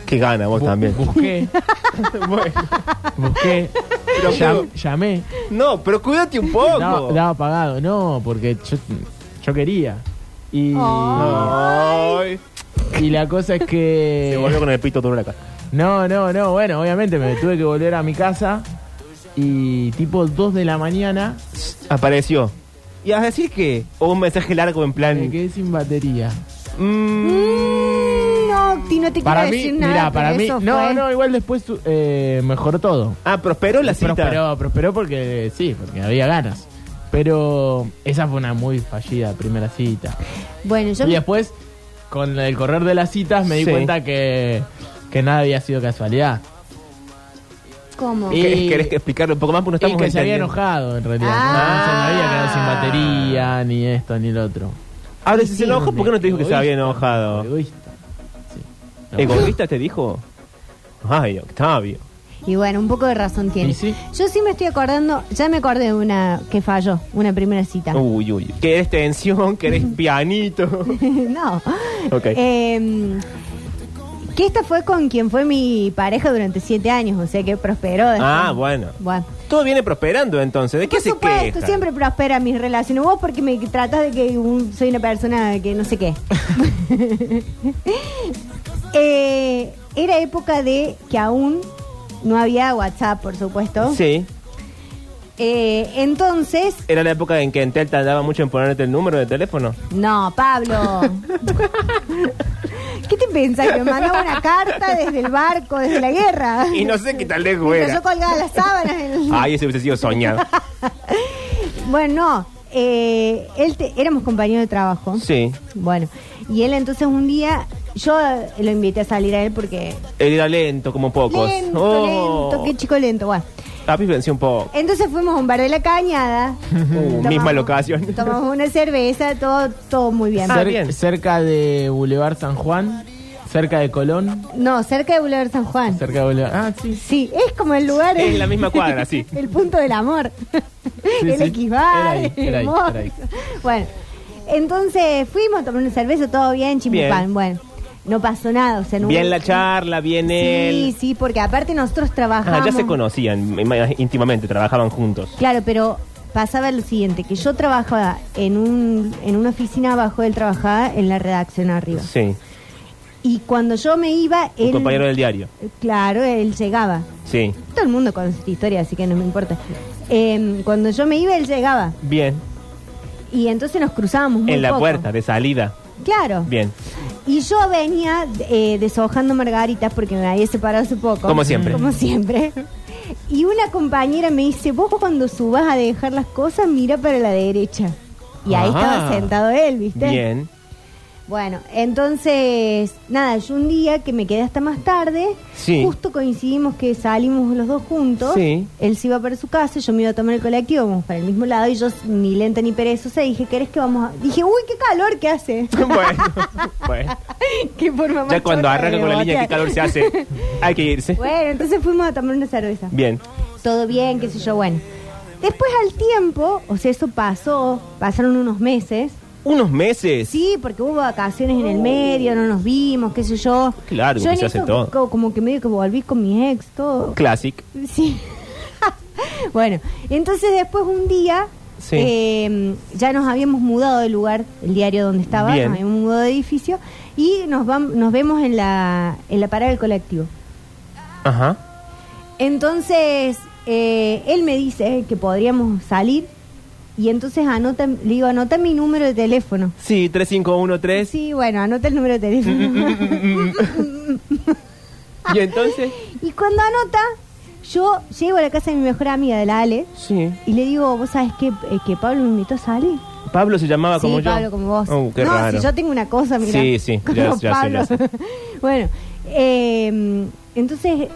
S2: Que gana vos
S5: Bu-
S2: también.
S5: Busqué,
S2: Bueno.
S5: busqué,
S2: Pero-
S5: llam- llamé.
S2: No, pero cuídate un poco.
S5: Daba, daba pagado, no, porque yo, yo quería. Y,
S3: Oh.
S2: Ay.
S5: y la cosa es
S2: Se volvió
S5: que.
S2: con el pito duro en la cara.
S5: No, no, no, bueno, obviamente me tuve que volver a mi casa. Y tipo 2 de la mañana
S2: Apareció. ¿Y a decir qué? O un mensaje largo en
S5: me
S2: plan.
S5: quedé sin batería.
S2: mm,
S3: No, Octi, no te
S5: Para
S3: quiero
S5: mí,
S3: decir nada.
S5: mira, para
S3: pero
S5: mí.
S3: eso
S5: No,
S3: fue-
S5: no, igual después tu- eh, mejoró todo.
S2: Ah, prosperó la cita.
S5: Prosperó, prosperó porque eh, sí, porque había ganas. Pero esa fue una muy fallida primera cita.
S3: Bueno, yo
S5: Y
S3: me-
S5: después, con el correr de las citas, me di
S2: Sí.
S5: cuenta que, que nada había sido casualidad.
S3: ¿Cómo?
S5: Y-
S2: ¿Querés, querés que explicarlo un poco más? Porque no
S5: Y
S2: estamos
S5: que se había
S2: entendiendo.
S5: enojado en realidad.
S3: Ah.
S5: No, se me había quedado sin batería, ni esto, ni lo otro.
S2: Ahora, si Ah, se enojó, ¿por qué no te dijo que se
S5: Egoísta,
S2: había enojado?
S5: Egoísta. Sí. No.
S2: ¿Egoísta te dijo? Ay, Octavio.
S3: Y bueno, un poco de razón tiene.
S5: Y sí.
S3: Yo sí me estoy acordando, ya me acordé de una que falló, una primera cita.
S5: Uh.
S2: Uy, uy. ¿Querés tensión? ¿Querés pianito?
S3: no.
S2: Ok.
S3: Eh, que esta fue con quien fue mi pareja durante siete años, o sea que prosperó. después.
S2: Ah, bueno.
S3: Bueno.
S2: Todo viene prosperando entonces. ¿De qué
S3: Por
S2: se
S3: supuesto,
S2: queja?
S3: siempre prospera mis relaciones. Vos porque me tratas de que un- soy una persona que no sé qué. Eh, era época de que aún no había WhatsApp, por supuesto.
S2: Sí.
S3: Eh, entonces,
S2: Era la época en que Entel tardaba mucho en ponerte el número de teléfono.
S3: no, Pablo. ¿Qué te pensás? Que me mandaba una carta desde el barco, desde la guerra.
S2: Y no sé qué tal de
S3: Mientras yo
S2: era.
S3: colgaba las sábanas. en-
S2: Ay, ese hubiese sido soñado.
S3: Bueno, eh, él te- éramos compañeros de trabajo.
S2: Sí.
S3: Bueno, y él entonces un día, yo eh, lo invité a salir a él porque...
S2: Él era lento como pocos.
S3: Lento,
S2: oh.
S3: lento, qué chico lento, bueno.
S2: Papi venció un poco.
S3: Entonces fuimos a un bar de la cañada.
S2: Uh, misma locación.
S3: Tomamos una cerveza, todo, todo muy bien.
S2: Ah,
S5: Cer-
S2: bien.
S5: Cerca de Boulevard San Juan, cerca de Colón,
S3: No, cerca de Boulevard San Juan.
S5: cerca de Boulevard. Ah, sí.
S3: Sí, es como el lugar...
S2: Es la misma cuadra, sí.
S3: el punto del amor. el
S5: sí.
S3: X bar,
S5: Era ahí,
S3: el
S5: era ahí,
S3: amor.
S5: era ahí.
S3: Bueno, entonces fuimos a tomar una cerveza, todo
S2: Bien.
S3: bien, chimupán. Bueno, no pasó nada, o sea, no
S2: Bien
S3: hubo-
S2: la charla, bien
S3: Sí,
S2: él.
S3: sí, porque aparte nosotros trabajamos.
S2: Ah, ya se conocían me imag- íntimamente, trabajaban juntos.
S3: Claro, pero pasaba lo siguiente, que yo trabajaba en, un, en una oficina abajo, él trabajaba en la redacción arriba.
S2: Sí,
S3: Y cuando yo me iba,
S2: un
S3: él...
S2: compañero del diario.
S3: Claro, él llegaba.
S2: Sí,
S3: Todo el mundo conoce esta historia, así que no me importa. Em, cuando yo me iba, él llegaba.
S2: bien.
S3: Y entonces nos cruzábamos muy
S2: En la
S3: poco.
S2: puerta de salida.
S3: Claro.
S2: Bien.
S3: Y yo venía eh, deshojando margaritas porque me había separado hace poco.
S2: Como siempre.
S3: Como siempre. Y una compañera me dice, vos cuando subas a dejar las cosas, mira para la derecha. Y ahí
S2: Ajá.
S3: estaba sentado él, ¿viste?
S2: Ah. Bien.
S3: Bueno, entonces, nada, yo un día que me quedé hasta más tarde,
S2: Sí.
S3: justo coincidimos que salimos los dos juntos.
S2: Sí.
S3: Él se iba para su casa, yo me iba a tomar el colectivo, vamos para el mismo lado, y yo ni lenta ni perezosa dije, ¿querés que vamos a...? Dije, uy, qué calor que hace.
S2: bueno, bueno.
S3: Qué forma más
S2: Ya cuando
S3: chorra
S2: arranca
S3: de
S2: con la línea, qué
S3: botear.
S2: calor se hace. Hay que irse.
S3: Bueno, entonces fuimos a tomar una cerveza.
S2: Bien.
S3: Todo bien, qué sé yo, bueno. Después al tiempo, o sea, eso pasó, pasaron unos meses.
S2: Unos meses.
S3: Sí, porque hubo vacaciones en el medio, no nos vimos, qué sé yo.
S2: Qué largo
S3: yo
S2: Oh. que
S3: en
S2: se hace
S3: eso
S2: todo.
S3: co- Como que medio que volví con mi ex, todo.
S2: Classic.
S3: Sí. bueno, entonces después un día
S2: Sí.
S3: eh, ya nos habíamos mudado de lugar, el diario donde estaba,
S2: Bien.
S3: nos habíamos mudado de edificio y nos vam- nos vemos en la en la parada del colectivo.
S2: Ajá.
S3: Entonces eh, él me dice que podríamos salir y entonces anota, le digo anota mi número de teléfono.
S2: Sí, 3513.
S3: Sí, bueno, anota el número de teléfono.
S2: ¿Y entonces?
S3: y cuando anota, yo llego a la casa de mi mejor amiga, de la Ale,
S2: Sí.
S3: y le digo, ¿vos sabés que, eh, que Pablo me invitó a salir?
S2: Pablo se llamaba Ah,
S3: sí,
S2: como yo.
S3: Pablo, como vos.
S2: Oh, qué
S3: no,
S2: raro.
S3: si yo tengo una cosa, mira.
S2: Sí, sí, ya-
S3: como
S2: ya sé, ya
S3: Pablo. bueno, eh, entonces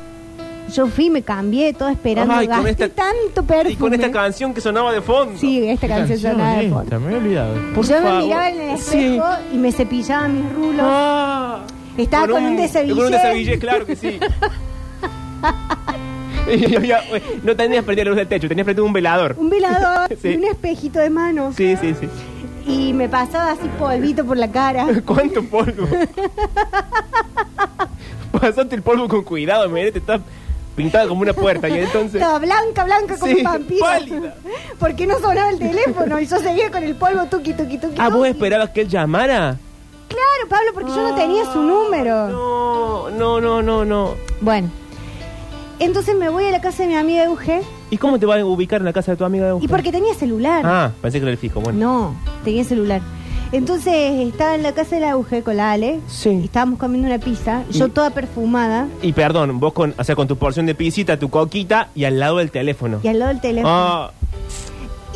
S3: yo fui, me cambié, todo esperando.
S2: Ay, con
S3: gasté
S2: esta-
S3: tanto perfume.
S2: Y con esta canción que sonaba de fondo.
S3: Sí, esta canción sonaba de
S5: esta?
S3: fondo.
S5: Me había olvidado.
S2: Por
S3: yo
S2: favor.
S3: me miraba en el espejo y me cepillaba mis rulos.
S2: Ah,
S3: Estaba con un desabillé.
S2: Con un desabillé, claro que sí. Y había- eh, no tenías prendida la luz del techo, tenías prendido un velador.
S3: Un velador
S2: Sí.
S3: y un espejito de mano.
S2: Sí, sí, sí.
S3: Y me pasaba así polvito por la cara.
S2: ¿Cuánto polvo? Pasaste el polvo con cuidado, mire, te estás pintada como una puerta y entonces.
S3: Estaba blanca, blanca como
S2: Sí,
S3: un vampiro.
S2: pálida.
S3: Porque no sonaba el teléfono y yo seguía con el polvo tuqui, tuqui, tuqui.
S2: Ah, vos
S3: tuqui.
S2: esperabas que él llamara.
S3: Claro, Pablo, porque yo no tenía su número.
S2: No, no, no, no, no.
S3: Bueno. Entonces me voy a la casa de mi amiga Euge
S2: ¿Y cómo te va a ubicar en la casa de tu amiga de
S3: y porque tenía celular.
S2: Ah, pensé que era el fijo, bueno.
S3: No, tenía celular. Entonces estaba en la casa de la Euge con la Ale.
S2: Sí.
S3: y estábamos comiendo una pizza. Yo
S2: Y-
S3: toda perfumada
S2: Y perdón, vos con, o sea, con tu porción de pisita, tu coquita y al lado del teléfono.
S3: y al lado del teléfono.
S2: Ah,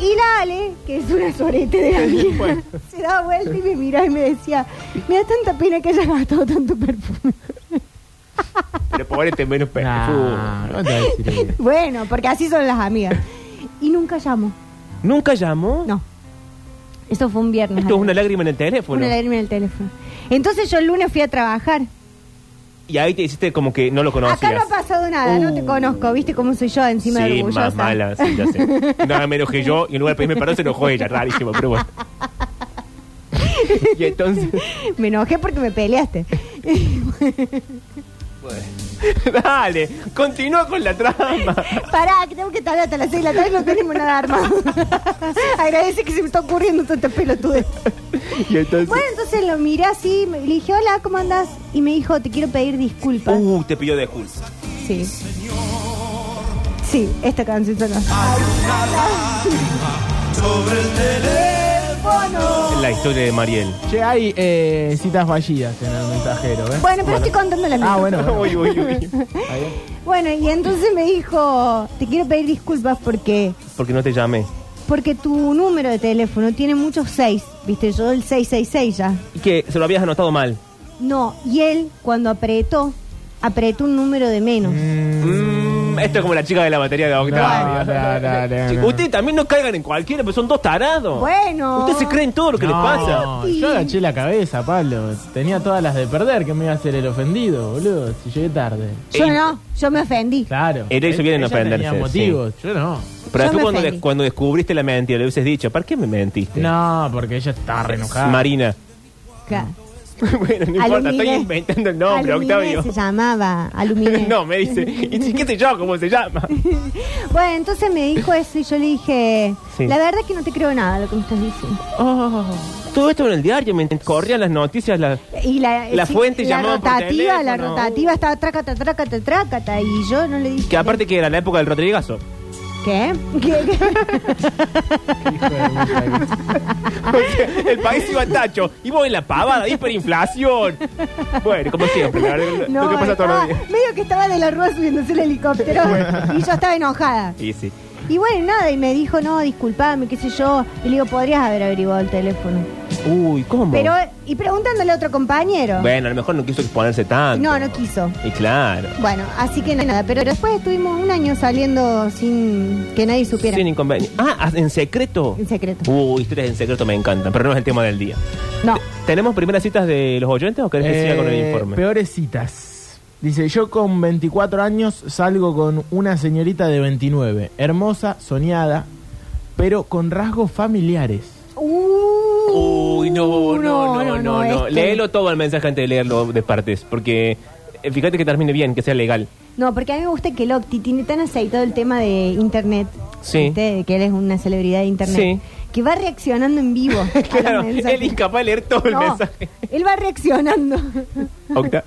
S3: Y la Ale, que es una sorete de la mía,
S2: Bueno.
S3: se daba vuelta y me miraba y me decía: Me da tanta pena que hayas gastado tanto perfume.
S2: pero ponete menos perfume.
S5: Nah, no te voy a decir eso.
S3: Bueno, porque así son las amigas. Y nunca llamo.
S2: ¿Nunca llamó?
S3: No. Esto fue un viernes.
S2: Esto es una
S3: Alberto.
S2: lágrima en el teléfono.
S3: Una lágrima en el teléfono. Entonces yo el lunes fui a trabajar.
S2: Y ahí te hiciste como que no lo conocías.
S3: Acá no ha pasado nada, no te
S2: Uh.
S3: conozco. ¿Viste cómo soy yo encima de
S2: Sí,
S3: orgullosa?
S2: más mala, sí, ya sé. Nada menos que yo, y en lugar de pedirme perdón se enojó ella, rarísimo, pero bueno. y entonces,
S3: Me enojé porque me peleaste.
S2: dale, continúa con la trama.
S3: Pará, que tengo que estar hasta las 6 de la tarde y no tenemos nada armado. Agradece que se me está ocurriendo tanta pelotude.
S2: Y entonces,
S3: Bueno, entonces lo miré así, me- le dije, hola, ¿cómo andás? Y me dijo, te quiero pedir disculpas.
S2: uh, te pidió disculpas.
S3: Sí. Sí, esta canción sonó.
S2: La historia de Mariel.
S5: Che, hay eh, citas fallidas en el mensajero, ¿eh?
S3: Bueno, pero estoy contando la misma.
S5: Ah, bueno. bueno.
S2: Uy, uy, uy.
S5: Está bien.
S3: Bueno, y entonces me dijo, te quiero pedir disculpas porque
S2: Porque no te llamé.
S3: porque tu número de teléfono tiene muchos seis, viste, yo el 666 ya.
S2: Y que se lo habías anotado mal.
S3: No, y él cuando apretó, apretó un número de menos.
S2: Mm, esto es como la chica de la batería de Octavio.
S5: No, no, no, no.
S2: Sí, Ustedes también no caigan en cualquiera, pero son dos tarados.
S3: Bueno.
S2: Ustedes se creen todo lo que les pasa.
S5: No, Yo agaché la cabeza, Pablo. Tenía todas las de perder que me iba a hacer el ofendido, boludo. Si llegué tarde.
S3: Yo
S2: Ey.
S3: no, yo me ofendí.
S5: Claro.
S2: En eso vienen a
S5: Ella tenía
S2: ofenderse,
S5: motivos. Yo no.
S2: Pero
S3: Yo
S2: después
S3: me
S2: cuando,
S3: ofendí.
S2: des- cuando descubriste la mentira, le hubieses dicho, ¿para qué me mentiste?
S5: No, porque ella está re enojada.
S2: Marina.
S3: Claro.
S2: bueno, no importa, estoy inventando el nombre,
S3: Aluminé
S2: Octavio.
S3: se llamaba, Aluminé.
S2: no, me dice, ¿y si- qué sé yo cómo se llama?
S3: Bueno, entonces me dijo eso y yo le dije,
S2: Sí.
S3: la verdad es que no te creo nada lo que me estás diciendo.
S2: Oh, Todo esto en el diario, me corrían las noticias. las-
S3: Y la,
S2: La
S3: sí,
S2: fuente
S3: la
S2: llamaba por
S3: rotativa, la
S2: teléfono.
S3: rotativa estaba trácata, trácata, trácata y yo no le dije
S2: Que aparte que era la época del Rodrigazo.
S3: ¿Qué? ¿Qué?
S5: Hijo de puta.
S2: O sea, el país iba al tacho. Y vos en la pavada, hiperinflación. Bueno, como siempre, la verdad,
S3: No,
S2: lo que pasa todos los
S3: estaba-
S2: días.
S3: medio que estaba de la rúa subiéndose el helicóptero y yo estaba enojada.
S2: Sí, sí.
S3: Y bueno, nada, y me dijo, no, disculpame, qué sé yo. Y le digo, podrías haber averiguado el teléfono.
S2: Uy, ¿cómo?
S3: Pero, y preguntándole a otro compañero.
S2: Bueno, a lo mejor no quiso exponerse tanto.
S3: No, no quiso.
S2: Y claro.
S3: Bueno, así que nada, pero después estuvimos un año saliendo sin que nadie supiera.
S2: Sin inconveniente. Ah, en secreto.
S3: En secreto.
S2: Uy, historias en secreto me encantan, pero no es el tema del día.
S3: No.
S2: ¿Tenemos primeras citas de los oyentes o querés que siga con el
S5: Eh,
S2: informe?
S5: Peores citas. Dice, yo con 24 años salgo con una señorita de 29, hermosa, soñada, pero con rasgos familiares.
S3: Uh,
S2: Uy, no, no, no, no, no.
S3: este-
S2: Léelo todo el mensaje antes de leerlo de partes, porque eh, fíjate que termine bien, que sea legal.
S3: No, porque a mí me gusta que Locti tiene tan aceitado el tema de internet.
S2: Sí.
S3: ¿viste? De Que él es una celebridad de internet.
S2: Sí.
S3: Que va reaccionando en vivo. a los
S2: Claro,
S3: mensajes.
S2: él incapaz de leer todo el
S3: No,
S2: mensaje.
S3: Él va reaccionando.
S2: Octa.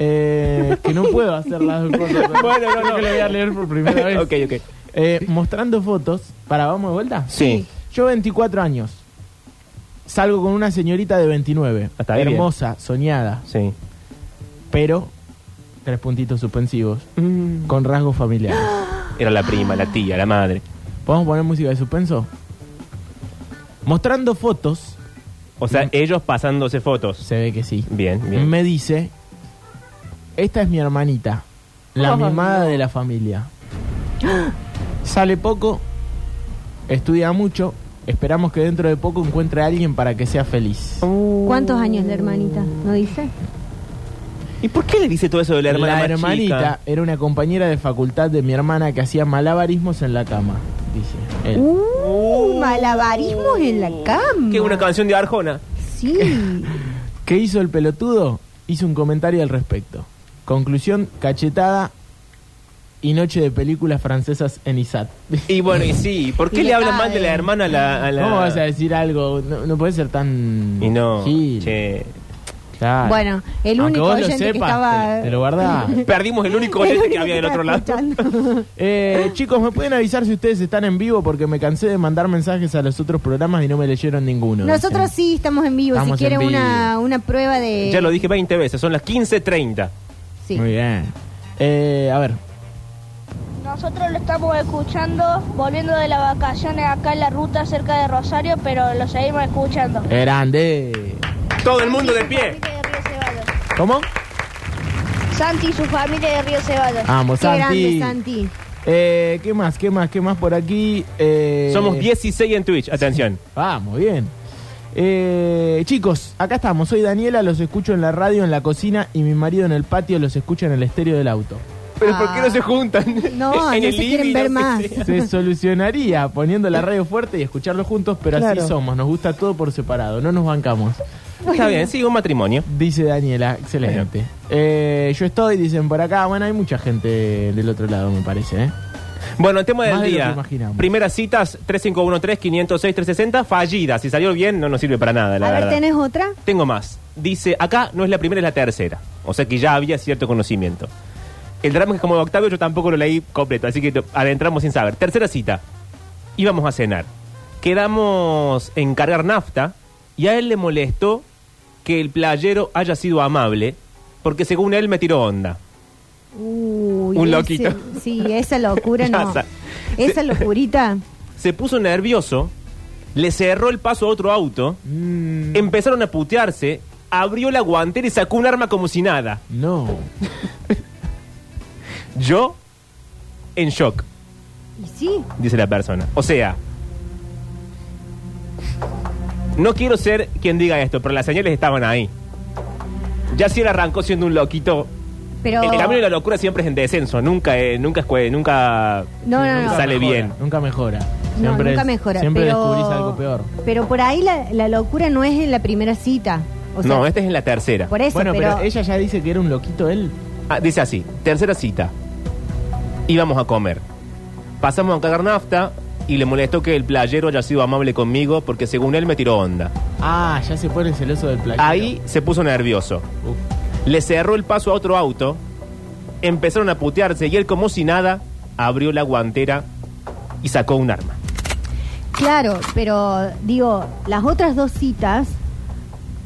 S5: Eh, que no puedo hacer las dos cosas.
S2: Bueno, no, no.
S5: Que lo voy a leer por primera vez.
S2: ok, ok.
S5: Eh, mostrando fotos. Para, vamos de vuelta.
S2: Sí.
S5: Yo 24 años. Salgo con una señorita de 29.
S2: Hasta Ah, ahí bien.
S5: hermosa, soñada,
S2: Sí.
S5: pero tres puntitos suspensivos
S2: Mm.
S5: con rasgos familiares.
S2: Era la prima, la tía, la madre.
S5: ¿Podemos poner música de suspenso? Mostrando fotos,
S2: O sea, ellos pasándose fotos.
S5: se ve que sí.
S2: Bien, bien.
S5: Mm. Me dice, esta es mi hermanita, la
S2: Ay,
S5: mimada de la familia. Sale poco, estudia mucho, esperamos que dentro de poco encuentre a alguien para que sea feliz.
S3: ¿Cuántos años la hermanita? ¿No dice?
S2: ¿Y por qué le dice todo eso de la hermana
S5: la
S2: más
S5: hermanita
S2: chica?
S5: era una compañera de facultad de mi hermana que hacía malabarismos en la cama, dice. él.
S3: Uh, malabarismos en la cama.
S2: Que es una canción de Arjona.
S3: Sí.
S5: ¿Qué hizo el pelotudo? Hizo un comentario al respecto. Conclusión, cachetada y noche de películas francesas en ISAT.
S2: Y bueno, y sí, ¿por qué
S3: Y
S2: le
S3: le
S2: hablan
S3: cabe.
S2: mal de la hermana a la... a la-
S5: ¿Cómo vas a decir algo? No, no puede ser tan...
S2: Y no,
S5: gil.
S2: che.
S5: Claro.
S3: Bueno, el
S5: Aunque
S3: único
S5: vos lo
S3: oyente que
S5: sepas,
S3: estaba.
S5: te- te lo guardás.
S2: Perdimos el único
S3: el
S2: oyente este que
S3: único
S2: había
S3: que
S2: del otro
S3: estaba
S2: lado.
S3: escuchando.
S5: Eh, chicos, ¿me pueden avisar si ustedes están en vivo? Porque me cansé de mandar mensajes a los otros programas y no me leyeron ninguno.
S3: Nosotros
S5: dicen.
S3: sí estamos en vivo.
S5: Estamos
S3: si quieren
S5: en vivo.
S3: Una, una prueba de.
S2: Ya lo dije 20 veces, son las 15.30.
S3: Sí.
S5: Muy bien. Eh, a ver.
S6: Nosotros lo estamos escuchando volviendo de las vacaciones acá en la ruta cerca de Rosario, pero lo seguimos escuchando.
S5: Grande.
S2: Todo el mundo de pie.
S6: Enrique de Río Ceballos.
S5: ¿Cómo?
S6: Santi y su familia de Río Ceballos.
S5: Vamos,
S3: Qué grande, Santi.
S5: Eh, ¿Qué más? ¿Qué más? ¿Qué más por aquí? Eh,
S2: Somos 16 en Twitch, atención.
S5: Vamos, bien. Eh, chicos, acá estamos. Soy Daniela, los escucho en la radio, en la cocina y mi marido en el patio los escucha en el estéreo del auto.
S2: Pero ¿por qué no se juntan?
S3: Ah. No, no se quieren
S2: living,
S3: ver
S2: no sé
S3: más.
S2: si-
S5: Se solucionaría poniendo la radio fuerte y escucharlo juntos, pero
S3: Claro.
S5: así somos. Nos gusta todo por separado, no nos bancamos.
S2: Está bien, sí, un matrimonio.
S5: Dice Daniela, excelente. Eh, yo estoy, dicen por acá. Bueno, hay mucha gente del otro lado, me parece. ¿eh?
S2: Bueno, el tema del
S5: Más de lo que
S2: día.
S5: imaginamos.
S2: Primeras citas, 3513-506-360, fallidas. Si salió bien, no nos sirve para nada, la
S3: A ver,
S2: verdad.
S3: ¿tenés otra?
S2: Tengo más. Dice, acá no es la primera, es la tercera. O sea que ya había cierto conocimiento. El drama es como de Octavio, yo tampoco lo leí completo, así que lo- adentramos sin saber. Tercera cita. Íbamos a cenar. Quedamos en cargar nafta y a él le molestó que el playero haya sido amable porque según él me tiró onda.
S3: Uy,
S2: Un
S3: ese-
S2: loquito.
S3: sí, esa locura
S2: Ya
S3: no.
S2: sa-
S3: Esa locurita.
S2: Se puso nervioso, le cerró el paso a otro auto,
S5: Mm,
S2: empezaron a putearse, abrió la guantera y sacó un arma como si nada.
S5: no.
S2: Yo en shock.
S3: Y sí,
S2: dice la persona. O sea, no quiero ser quien diga esto, pero las señales estaban ahí. Ya si él arrancó siendo un loquito.
S3: pero.
S2: El camino de la locura siempre es en descenso, nunca, eh, nunca, es cue- nunca
S3: No, no, no.
S2: sale
S5: mejora,
S2: bien.
S5: Nunca mejora.
S3: No,
S5: Siempre
S3: nunca
S5: es-
S3: mejora.
S5: Siempre
S3: pero,
S5: descubrís algo peor.
S3: Pero por ahí la, la locura no es en la primera cita. O sea,
S2: no, esta es en la tercera.
S3: Por e- eso,
S5: bueno, pero...
S3: pero,
S5: ella ya dice que era un loquito él.
S2: Ah, dice así, tercera cita. Íbamos a comer. Pasamos a cagar nafta y le molestó que el playero haya sido amable conmigo porque según él me tiró onda.
S5: Ah, ya se pone celoso del playero.
S2: Ahí se puso nervioso.
S5: Uf.
S2: Le cerró el paso a otro auto, empezaron a putearse y él como si nada abrió la guantera y sacó un arma.
S3: Claro, pero digo, las otras dos citas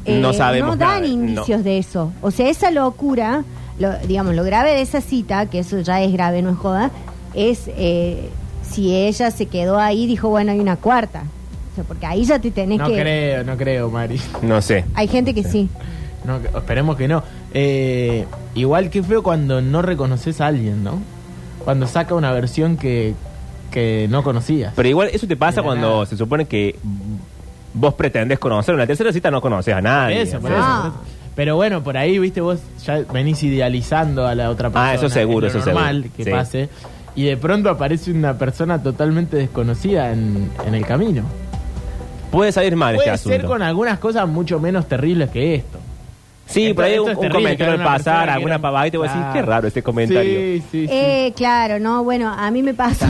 S3: eh,
S2: No sabemos
S3: no dan
S2: nada,
S3: indicios
S2: no.
S3: de eso. O sea, esa locura, lo- digamos, lo grave de esa cita, que eso ya es grave, no es joda, es eh, si ella se quedó ahí y dijo, bueno, hay una cuarta. O sea, porque ahí ya te tenés
S5: No
S3: que...
S5: creo, no creo, Mari.
S2: No sé.
S3: Hay gente que sí.
S5: No, que- esperemos que no. Eh, igual que feo cuando no reconoces a alguien, ¿no? Cuando saca una versión que, que no conocías.
S2: Pero igual eso te pasa
S5: Mira,
S2: cuando
S5: nada.
S2: se supone que vos pretendés conocer. En la tercera cita no conoces a
S5: Por
S2: nadie.
S5: eso, pues. por
S3: No.
S5: eso, por eso. Pero bueno, por ahí, viste, vos ya venís idealizando a la otra persona.
S2: Ah, eso seguro,
S5: es lo
S2: eso
S5: normal
S2: seguro.
S5: que
S2: Sí.
S5: pase. Y de pronto aparece una persona totalmente desconocida en, en el camino.
S2: Puede salir mal este
S5: Puede
S2: asunto.
S5: ser con algunas cosas mucho menos terribles que esto.
S2: Sí,
S5: Esto-
S2: por ahí
S5: esto
S2: un,
S5: es
S2: un
S5: terrible,
S2: comentario
S5: que
S2: al
S5: era una persona
S2: pasar,
S5: que
S2: alguna
S5: era-
S2: pavada y te voy a decir,
S5: Ah.
S2: qué raro este comentario.
S5: Sí, sí, sí.
S3: Eh, claro, no, bueno, a mí me pasó...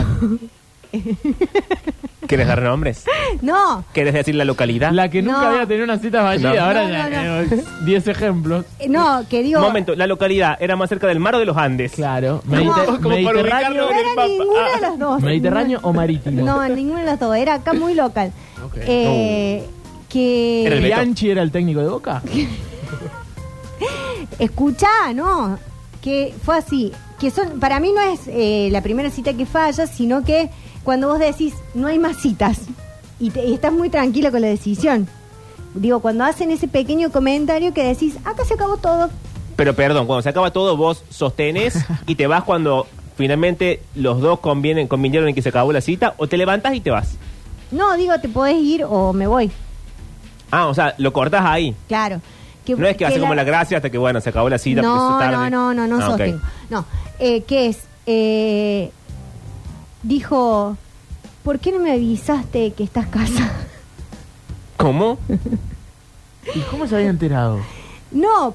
S2: ¿Quieres dar nombres?
S3: no,
S2: ¿Quieres decir la localidad?
S5: La que nunca
S3: No.
S5: había tenido una cita vallida,
S2: No.
S5: ahora
S3: No,
S5: ya
S3: no,
S5: eh, 10 ejemplos.
S3: eh, no, que digo...
S2: Momento, la localidad era más cerca del mar o de los Andes.
S5: Claro,
S3: Mediter-
S2: Como para
S5: Mediterráneo,
S2: ubicarlo en
S3: No
S2: el
S3: era
S2: mapa.
S3: ninguna
S2: Ah.
S3: de las dos.
S5: Mediterráneo o marítimo.
S3: No, ninguna de las dos. Era acá muy local.
S5: Ok.
S3: Eh, que
S2: Era el Beto.
S5: Bianchi era el técnico de Boca.
S3: escuchá, no, que fue así, que son, para mí no es eh, la primera cita que falla, sino que cuando vos decís no hay más citas y, te- y estás muy tranquila con la decisión. Digo, cuando hacen ese pequeño comentario que decís, acá se acabó todo.
S2: Pero perdón, cuando se acaba todo, vos sostenés y te vas cuando finalmente los dos convienen, convinieron en que se acabó la cita, o te levantás y te vas.
S3: No, digo, te podés ir o me voy.
S2: Ah, o sea, lo cortás ahí.
S3: Claro.
S2: No es que, hace como la gracia hasta que, bueno, se acabó la cita. porque
S3: No,
S2: es tarde.
S3: no, no, no, no
S2: Ah, ok.
S3: sostengo. No, eh, ¿qué es? Eh, dijo, ¿por qué no me avisaste que estás casada?
S2: ¿Cómo?
S5: ¿Y cómo se había enterado?
S3: No,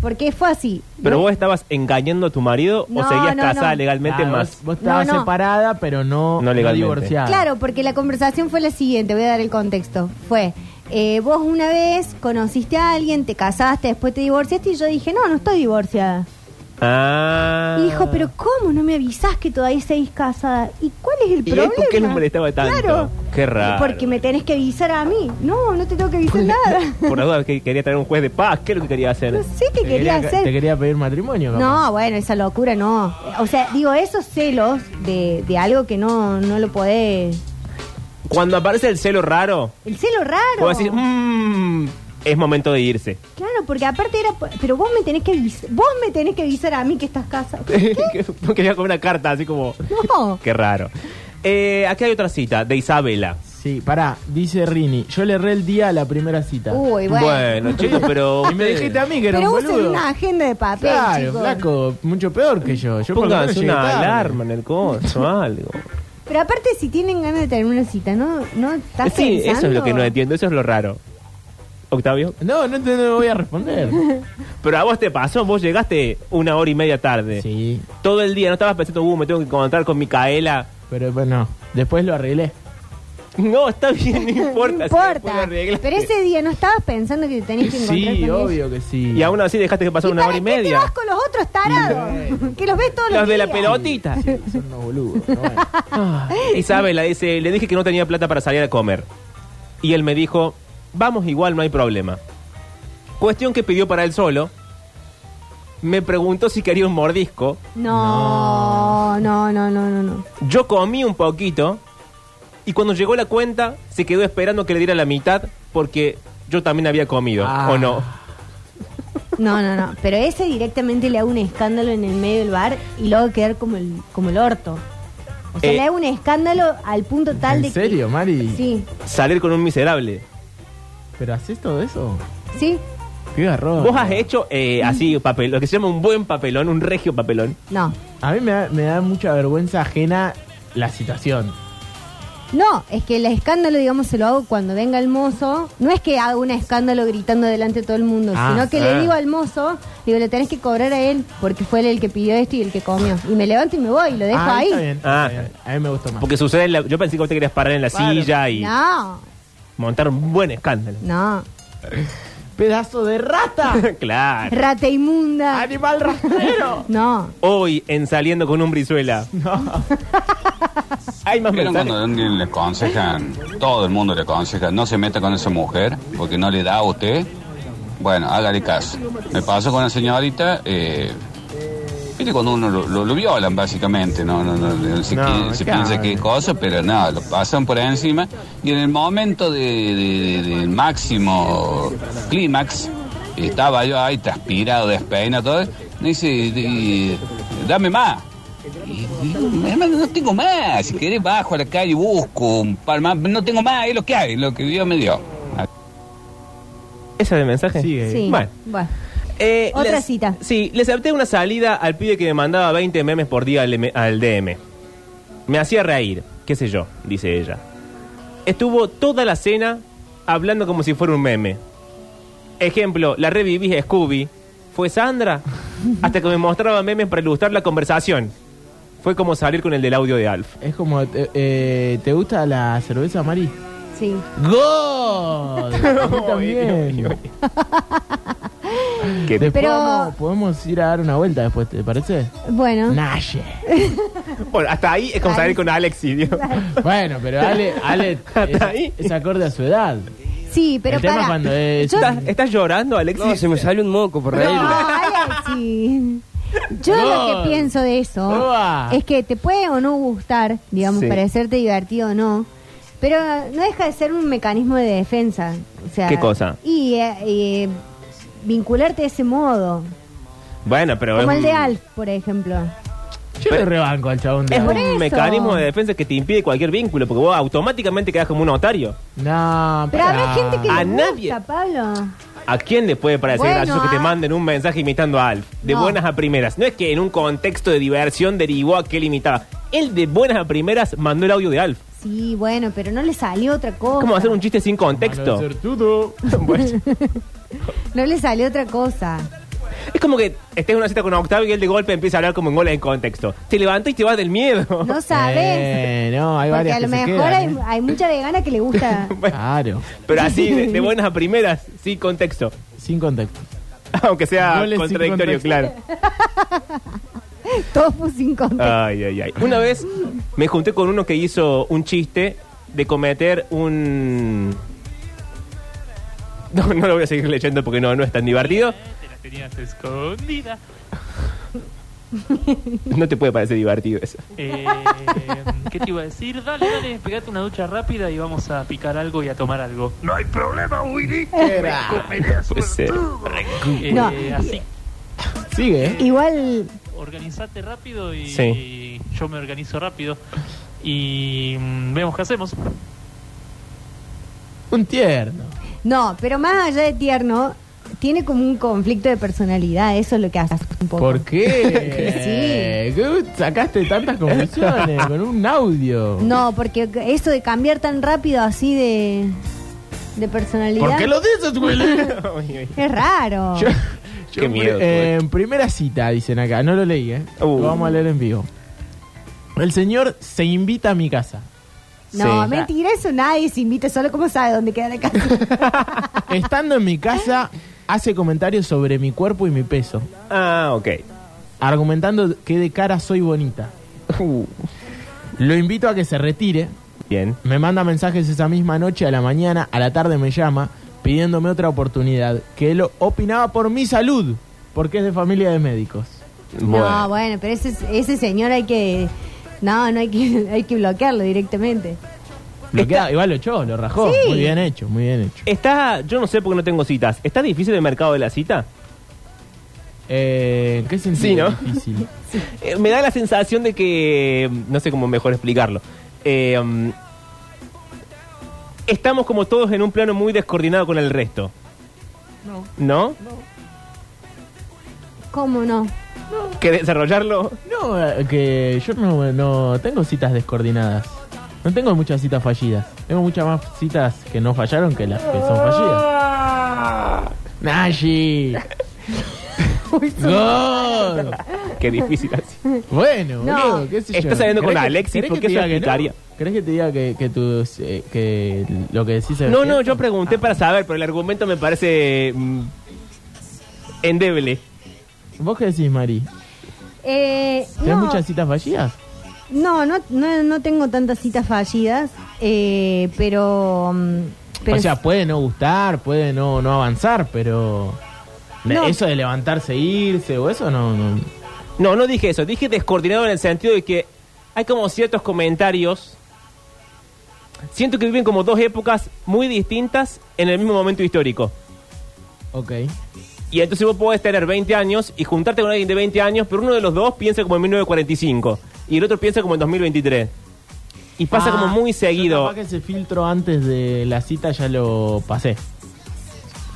S3: porque fue así.
S2: ¿Pero
S3: No,
S2: vos estabas engañando a tu marido
S3: No,
S2: o seguías
S3: no,
S2: casada
S3: no.
S2: legalmente
S5: Ah, vos-
S2: más?
S5: Vos, estabas
S3: No, no.
S5: separada, pero no,
S2: No legalmente.
S5: divorciada.
S3: Claro, porque la conversación fue la siguiente, voy a dar el contexto. Fue, eh, vos una vez conociste a alguien, te casaste, después te divorciaste y yo dije, no, no estoy divorciada.
S2: Ah.
S3: Y dijo, pero ¿cómo no me avisás que todavía seguís casada? ¿Y cuál es el
S2: ¿Y
S3: problema?
S2: él por qué le molestaba tanto?
S3: Claro.
S2: Qué raro.
S3: Porque me tenés que avisar a mí. No, no te tengo que avisar nada.
S2: Por la duda que quería traer un juez de paz, ¿qué es lo que quería hacer?
S3: No sé qué
S5: Te
S3: quería
S5: quería, te
S3: hacer.
S5: quería pedir matrimonio. capaz.
S3: No, bueno, esa locura no. O sea, digo, esos celos de, de algo que no, no lo podés...
S2: Cuando aparece el celo raro,
S3: El celo raro.
S2: "Mm". vos decís, mmm, es momento de irse.
S3: Claro, porque aparte era. por- Pero vos me tenés que avisar. Vos me tenés que avisar a mí que estás casado. ¿Qué?
S2: No quería con una carta así como.
S3: No.
S2: Qué raro. Eh, aquí hay otra cita de Isabela.
S5: Sí, pará, dice Rini, yo le erré el día a la primera cita.
S3: Uy, bueno.
S2: Bueno, chicos, pero.
S5: y me
S2: ustedes-
S5: dijiste a mí que era
S3: pero
S5: un
S3: usen
S5: boludo.
S3: una agenda de papel,
S5: Claro,
S3: chicos.
S5: flaco, mucho peor que yo. Yo por lo menos
S2: Pónganse
S5: llegué
S2: una
S5: tarde.
S2: alarma en el coche o algo.
S3: Pero aparte, si tienen ganas de tener una cita, ¿no? ¿No estás
S2: Sí,
S3: pensando?
S2: eso es lo que no entiendo, eso es lo raro. Octavio.
S5: No, no te no voy a responder.
S2: Pero a vos te pasó, vos llegaste una hora y media tarde.
S5: sí,
S2: Todo el día, no estabas pensando, uh, me tengo que encontrar con Micaela.
S5: pero bueno, después lo arreglé.
S2: No, está bien, no importa. si
S3: No
S2: después lo
S3: importa.
S2: arreglaste.
S3: Pero ese día no estabas pensando que te tenés que encontrar
S5: Sí,
S3: con
S5: obvio que sí.
S2: Y aún así dejaste que pasara
S3: ellos.
S2: una
S3: ¿Y
S2: hora y
S3: para qué te
S2: media.
S3: vas con los otros tarados? que los ves todos los,
S2: Los de la
S3: días.
S2: pelotita.
S5: Son unos boludos. ¿no? Bueno.
S2: Isabela dice, le dije que no tenía plata para salir a comer. Y él me dijo, vamos igual, no hay problema. Cuestión que pidió para él solo. Me preguntó si quería un mordisco.
S3: No, no, no, no, no, no.
S2: Yo comí un poquito. Y cuando llegó la cuenta, se quedó esperando que le diera la mitad porque yo también había comido,
S5: Ah.
S2: ¿o no?
S3: No, no, no. Pero ese directamente le da un escándalo en el medio del bar y luego quedar como el, como el orto. O sea,
S2: Eh,
S3: le da un escándalo al punto tal de
S5: ¿En
S3: que-
S5: serio, Mari?
S3: Sí,
S2: Salir con un miserable.
S5: ¿Pero haces todo eso?
S3: sí.
S5: Qué garrón.
S2: ¿Vos has hecho eh, así papel, lo que se llama un buen papelón, un regio papelón?
S3: No.
S5: A mí me da, me da mucha vergüenza ajena la situación.
S3: No, es que el escándalo, digamos, se lo hago cuando venga el mozo. No es que haga un escándalo gritando delante de todo el mundo,
S5: Ah,
S3: sino que
S5: sí.
S3: le digo al mozo, digo, le tenés que cobrar a él porque fue él el que pidió esto y el que comió. Y me levanto y me voy y lo dejo
S5: Ah,
S3: ahí.
S5: Está bien, está
S2: Ah.
S5: bien. A mí me gustó más.
S2: Porque sucede, en la- yo pensé que vos te querías parar en la
S5: Claro.
S2: silla y
S3: No,
S2: montar un buen escándalo.
S3: no.
S5: ¡Pedazo de rata!
S2: claro.
S3: Rata inmunda.
S5: ¡Animal rastrero!
S3: No.
S2: Hoy en Saliendo con un Brizuela. Hay más
S7: ¿Vieron
S2: mensajes.
S7: cuando le aconsejan, todo el mundo le aconseja, no se meta con esa mujer porque no le da a usted? Bueno, hágale caso. Me pasó con la señorita, eh, viste cuando uno lo, lo- lo violan básicamente, no, no, no, no sé
S5: No,
S7: qué- se
S5: claro.
S7: piensa qué cosa, pero nada, lo pasan por encima y en el momento de, de- de- del máximo clímax, estaba yo ahí transpirado, despeinado, todo, me dice, "Eh, dame más. Y digo, hermano, no tengo más. Si querés, bajo a la calle y busco un par más. No tengo más, es lo que hay, lo que Dios me dio.
S2: ¿Esa de mensaje?
S5: Sigue.
S3: Sí.
S2: Bueno.
S3: Bueno.
S2: Eh,
S3: Otra
S2: les-
S3: cita.
S2: Sí, le acepté una salida al pibe que me mandaba 20 memes por día al, M- al DM. Me hacía reír, qué sé yo, dice ella. Estuvo toda la cena hablando como si fuera un meme. Ejemplo, la reviví a Scooby. Fue Sandra. Hasta que me mostraba memes para ilustrar la conversación. Fue como salir con el del audio de Alf.
S5: Es como, eh, eh, ¿te gusta la cerveza, Mari?
S3: Sí.
S5: ¡God! A mí también.
S2: Que-
S5: Después
S3: Pero-
S5: vamos- podemos ir a dar una vuelta después, ¿te parece?
S3: Bueno.
S5: Naye.
S2: Bueno, hasta ahí es como salir con Alexi, ¿vio?
S5: Bueno, pero Ale, Ale es,
S2: Hasta ahí.
S5: es acorde a su edad.
S3: Sí, pero
S5: El tema
S3: para.
S5: cuando es-
S3: Yo-
S2: ¿Estás, estás llorando,
S4: No,
S2: Alexis?
S4: se me sale un moco por reírme.
S3: No, Alexi. Yo lo
S5: No.
S3: que pienso de eso
S5: Prueba.
S3: es que te puede o no gustar, digamos,
S2: Sí.
S3: parecerte divertido o no, pero no deja de ser un mecanismo de defensa. O sea,
S2: ¿Qué cosa?
S3: Y eh, eh, vincularte de ese modo,
S2: Bueno, pero
S3: como
S2: es
S3: el de
S2: un-
S3: Alf, por ejemplo.
S5: Yo le rebanco al chabón de
S2: Es
S3: Por
S2: un
S5: ahora.
S3: eso.
S2: mecanismo de defensa que te impide cualquier vínculo, porque vos automáticamente quedás como un notario.
S5: No,
S3: Pero habrá
S5: pará.
S3: gente que
S2: Ah, A
S3: le gusta,
S2: nadie.
S3: Pablo.
S2: ¿A quién le puede parecer
S3: Bueno,
S2: gracioso que
S3: a-
S2: te manden un mensaje imitando a Alf? De
S3: No.
S2: buenas a primeras. No es que en un contexto de diversión derivó a que él imitaba. Él de buenas a primeras mandó el audio de Alf.
S3: Sí, bueno, pero no le salió otra cosa.
S2: ¿Cómo hacer un chiste sin
S5: Malo
S2: contexto?
S5: de ser tudo.
S2: Bueno,
S3: No le salió otra cosa.
S2: es como que estés en una cita con Octavio y él de golpe empieza a hablar como en gola en contexto. Te levantás y te vas del miedo.
S3: No sabes.
S5: Eh, no, hay
S3: Porque
S5: varias
S3: a lo
S5: que se
S3: mejor hay,
S2: ¿eh?
S5: quedan,
S3: hay mucha vegana que le gusta.
S5: ¿eh? Claro,
S2: Pero así, de, de buenas a primeras, sin contexto.
S5: sin contacto.
S2: Aunque sea
S5: Goles sin
S2: contradictorio,
S5: contexto.
S2: claro.
S3: tofu sin contexto.
S2: Ay, ay, ay. Una vez me junté con uno que hizo un chiste de cometer un. No, no lo voy a seguir leyendo porque no, no es tan divertido.
S8: Te las tenías escondidas.
S2: No te puede parecer divertido eso.
S8: Eh, ¿Qué te iba a decir? Dale, dale, pegate una ducha rápida y vamos a picar algo y a tomar algo. No hay problema, Willy.
S2: Puede ser.
S8: Eh,
S3: No.
S8: Así,
S5: Sigue, ¿eh?
S3: Igual,
S8: organizate rápido y
S2: Sí.
S8: yo me organizo rápido. Y mm, vemos qué hacemos.
S5: Un tierno.
S3: no, pero más allá de tierno, tiene como un conflicto de personalidad, eso es lo que hace un poco.
S5: ¿Por qué? ¿Qué sacaste tantas conclusiones con un audio?
S3: No, porque eso de cambiar tan rápido así de, de personalidad
S5: ¿Por qué lo dices, Willy?
S3: es raro.
S5: Yo-
S2: Qué miedo,
S5: eh, en primera cita, dicen acá. No lo leí, ¿eh?
S2: Uh.
S5: Lo vamos a leer en vivo. El señor se invita a mi casa.
S3: No,
S2: Sí.
S3: mentira, eso nadie se invita, solo como sabe dónde queda la casa.
S5: Estando en mi casa, hace comentarios sobre mi cuerpo y mi peso,
S2: Ah, ok.
S5: argumentando que de cara soy bonita.
S2: Uh,
S5: Lo invito a que se retire.
S2: Bien.
S5: Me manda mensajes esa misma noche, a la mañana, a la tarde me llama, pidiéndome otra oportunidad, que él opinaba por mi salud, porque es de familia de médicos.
S3: No, bueno, pero ese, ese señor hay que... No, no hay que, hay que bloquearlo directamente.
S5: Lo queda- igual lo echó, lo rajó.
S3: Sí.
S5: Muy bien hecho, muy bien hecho.
S2: Está, yo no sé por qué no tengo citas. ¿Está difícil el mercado de la cita?
S5: Eh, ¿Qué sentido
S2: Sí, ¿no?
S5: difícil?
S2: Eh, me da la sensación de que. No sé cómo mejor explicarlo. Eh, um, estamos como todos en un plano muy descoordinado con el resto. No. ¿No?
S3: ¿Cómo no?
S2: ¿Que desarrollarlo?
S5: No, eh, que yo no, no tengo citas descoordinadas. No tengo muchas citas fallidas. Tengo muchas más citas que no fallaron que las que son fallidas.
S2: Ah.
S5: Nashi. Gordo.
S2: Qué difícil así.
S5: Bueno,
S3: No.
S5: boludo, qué sé yo.
S2: Estás saliendo con
S5: ¿Querés que-
S2: Alexis,
S5: querés
S2: ¿por
S5: que
S2: qué
S5: te
S2: eso
S5: diga que no?
S2: explicaría?
S5: ¿Querés que te diga que, que, tus, eh, que lo que decís es
S2: No, no,
S5: cierto?
S2: yo pregunté para saber, pero el argumento me parece. mm, endeble.
S5: ¿Vos qué decís, Mari?
S3: Eh,
S5: ¿Tenés
S3: no,
S5: muchas citas fallidas?
S3: no, no, no, no tengo tantas citas fallidas, eh, pero... mm, pero
S5: o sea, puede no gustar, puede no, no avanzar, pero...
S3: No.
S5: Eso de levantarse, e irse o eso no... no.
S2: No, no dije eso. Dije descoordinado en el sentido de que hay como ciertos comentarios. Siento que viven como dos épocas muy distintas en el mismo momento histórico.
S5: Ok.
S2: Y entonces vos podés tener 20 años y juntarte con alguien de 20 años, pero uno de los dos piensa como en 1945 y el otro piensa como en 2023. Y pasa
S5: Ah,
S2: como muy
S5: yo
S2: seguido.
S5: Capaz que ese filtro antes de la cita ya lo pasé.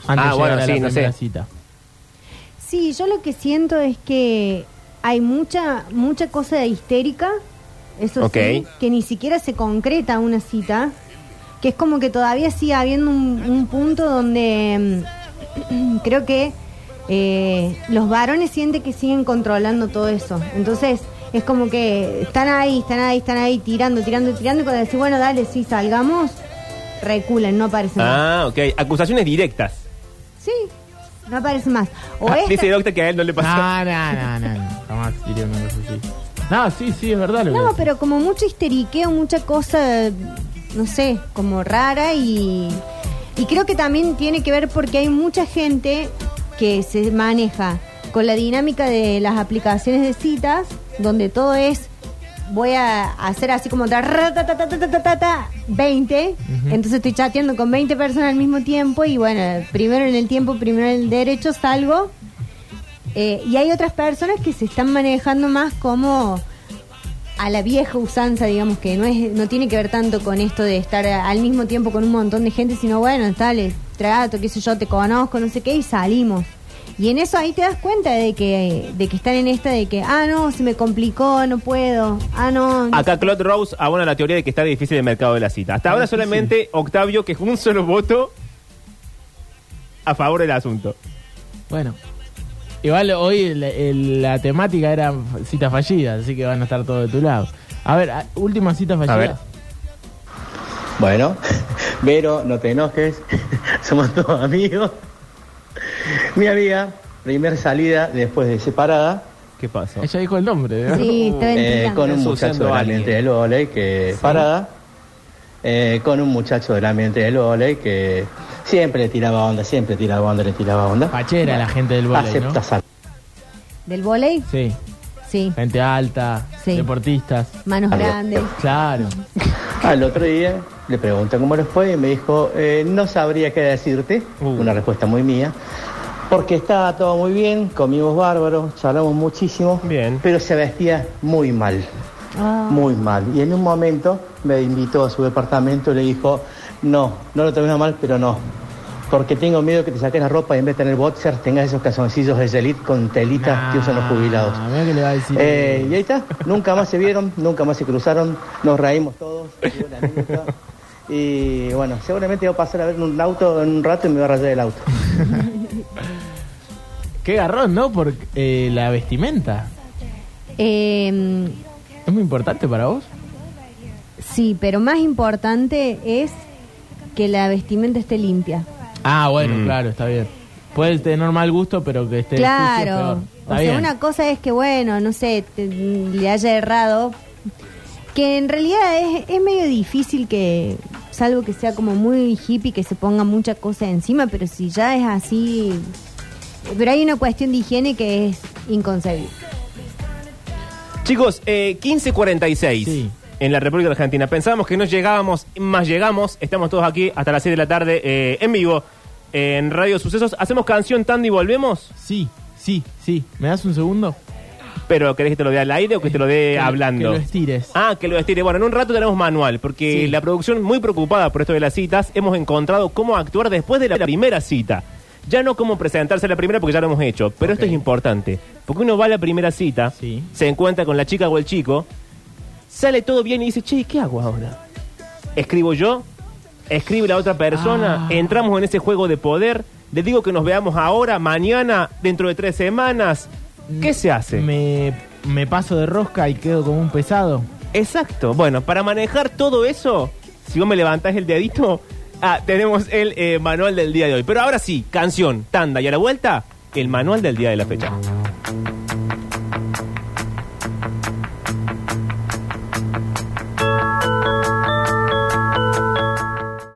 S5: Antes
S2: Ah,
S5: de
S2: bueno,
S5: llegar a
S2: sí,
S5: la
S2: no
S5: primera
S2: sé.
S5: cita.
S3: Sí, yo lo que siento es que hay mucha mucha cosa de histérica, eso
S2: Ok.
S3: sí, que ni siquiera se concreta una cita, que es como que todavía sigue habiendo un, un punto donde mm, creo que eh, los varones sienten que siguen controlando todo eso. Entonces es como que están ahí, están ahí, están ahí, tirando, tirando, tirando, y cuando decís, bueno, dale, sí, salgamos, reculan, no aparecen más.
S2: Ah, ok. Acusaciones directas.
S3: Sí, no aparecen más. O
S2: Ah,
S3: esta-
S2: Dice Doctor que a él no le pasó.
S5: No, no, no, no, no. Jamás diría una cosa así. No, sí, sí, es verdad lo que
S3: No,
S5: decís.
S3: pero como mucho histeriqueo, mucha cosa, no sé, como rara y, y creo que también tiene que ver porque hay mucha gente que se maneja con la dinámica de las aplicaciones de citas, donde todo es, voy a hacer así como ta, ra, ta, ta, ta, ta, ta, ta, ta, ta, 20, entonces estoy chateando con 20 personas al mismo tiempo y bueno, primero en el tiempo, primero en el derecho salgo. Eh, y hay otras personas que se están manejando más como a la vieja usanza, digamos que no es, no tiene que ver tanto con esto de estar a- al mismo tiempo con un montón de gente, sino bueno, tal, trato, qué sé yo, te conozco, no sé qué, y salimos. Y en eso ahí te das cuenta de que, de que están en esta de que, ah, no, se me complicó, no puedo, ah, no. no
S2: Acá Claude Rose abona la teoría de que está difícil el mercado de la cita.
S5: Ah,
S2: Hasta ahora solamente Octavio, que es un solo voto a favor del asunto.
S5: Bueno. Igual hoy el- el- la temática era citas fallidas, así que van a estar todos de tu lado. A ver, a- última cita fallida.
S2: ver.
S9: Bueno, Vero, no te enojes, somos todos amigos. Mi amiga, primer salida después de separada,
S2: ¿Qué pasó?
S5: Ella dijo el nombre, ¿verdad?
S3: Sí, está
S9: eh,
S3: ventilando.
S9: con un
S2: Ensuciando
S9: muchacho del
S2: a
S9: ambiente
S2: alguien.
S9: del volei que parada, eh, con un muchacho del ambiente del volei que siempre le tiraba onda, siempre tiraba onda, le tiraba onda.
S5: Fachera la gente del volei, ¿no?
S9: Acepta sal-
S3: ¿Del volei?
S5: Sí.
S3: Sí, Sí.
S5: Gente alta,
S3: Sí.
S5: deportistas.
S3: Manos
S9: Algo.
S3: grandes.
S5: Claro.
S9: Al otro día le pregunté cómo les fue y me dijo, "Eh, no sabría qué decirte,
S5: Uh.
S9: una respuesta muy mía, porque estaba todo muy bien, comimos bárbaro, charlamos muchísimo,
S2: Bien.
S9: pero se vestía muy mal,
S3: Ah.
S9: muy mal. Y en un momento me invitó a su departamento y le dijo, no, no lo tomes a mal, pero no. Porque tengo miedo que te saques la ropa y en vez de tener boxers tengas esos calzoncillos de Zelit con telitas que usan los jubilados.
S5: Ah, mirá que le va a decir.
S9: Eh, y ahí está, nunca más se vieron, nunca más se cruzaron, nos reímos todos. hubo una anécdota. Y bueno, seguramente voy a pasar a ver en un auto en un rato y me va a rayar el auto.
S5: Qué garrón, ¿no? Por eh, la vestimenta.
S3: Eh,
S5: ¿Es muy importante para vos?
S3: sí, pero más importante es que la vestimenta esté limpia.
S5: Ah, bueno, claro, está bien. Puedes tener mal gusto, pero que esté sucio es peor.
S3: claro.
S5: Está
S3: O sea,
S5: bien.
S3: una cosa es que, bueno, no sé, te- le haya errado. Que en realidad es, es medio difícil que, salvo que sea como muy hippie, que se ponga mucha cosa encima, pero si ya es así. Pero hay una cuestión de higiene que es inconcebible.
S2: Chicos, eh, 15.46
S5: Sí.
S2: en la República Argentina. Pensábamos que no llegábamos, más llegamos. Estamos todos aquí hasta las 6 de la tarde eh, en vivo en Radio Sucesos. Hacemos canción Tandy y volvemos,
S5: Sí, sí, sí. ¿Me das un segundo?
S2: pero ¿querés que te lo dé al aire o que te lo
S5: Que
S2: dé
S5: lo-
S2: hablando?
S5: Que lo estires.
S2: Ah, que lo estire. Bueno, en un rato tenemos manual, porque
S5: Sí.
S2: la producción, muy preocupada por esto de las citas, hemos encontrado cómo actuar después de la primera cita. Ya no cómo presentarse a la primera, porque ya lo hemos hecho, pero esto
S5: Ok.
S2: es importante. Porque uno va a la primera cita,
S5: Sí.
S2: se encuentra con la chica o el chico, sale todo bien y dice, che, ¿qué hago ahora? ¿Escribo yo? ¿Escribe la otra persona?
S5: Ah.
S2: ¿Entramos en ese juego de poder? ¿Le digo que nos veamos ahora, mañana, dentro de tres semanas? ¿Qué se hace?
S5: Me, me paso de rosca y quedo como un pesado.
S2: Exacto. Bueno, para manejar todo eso, si vos me levantás el dedito, ah, tenemos el eh, manual del día de hoy. Pero ahora sí, canción, tanda y a la vuelta, el manual del día de la fecha.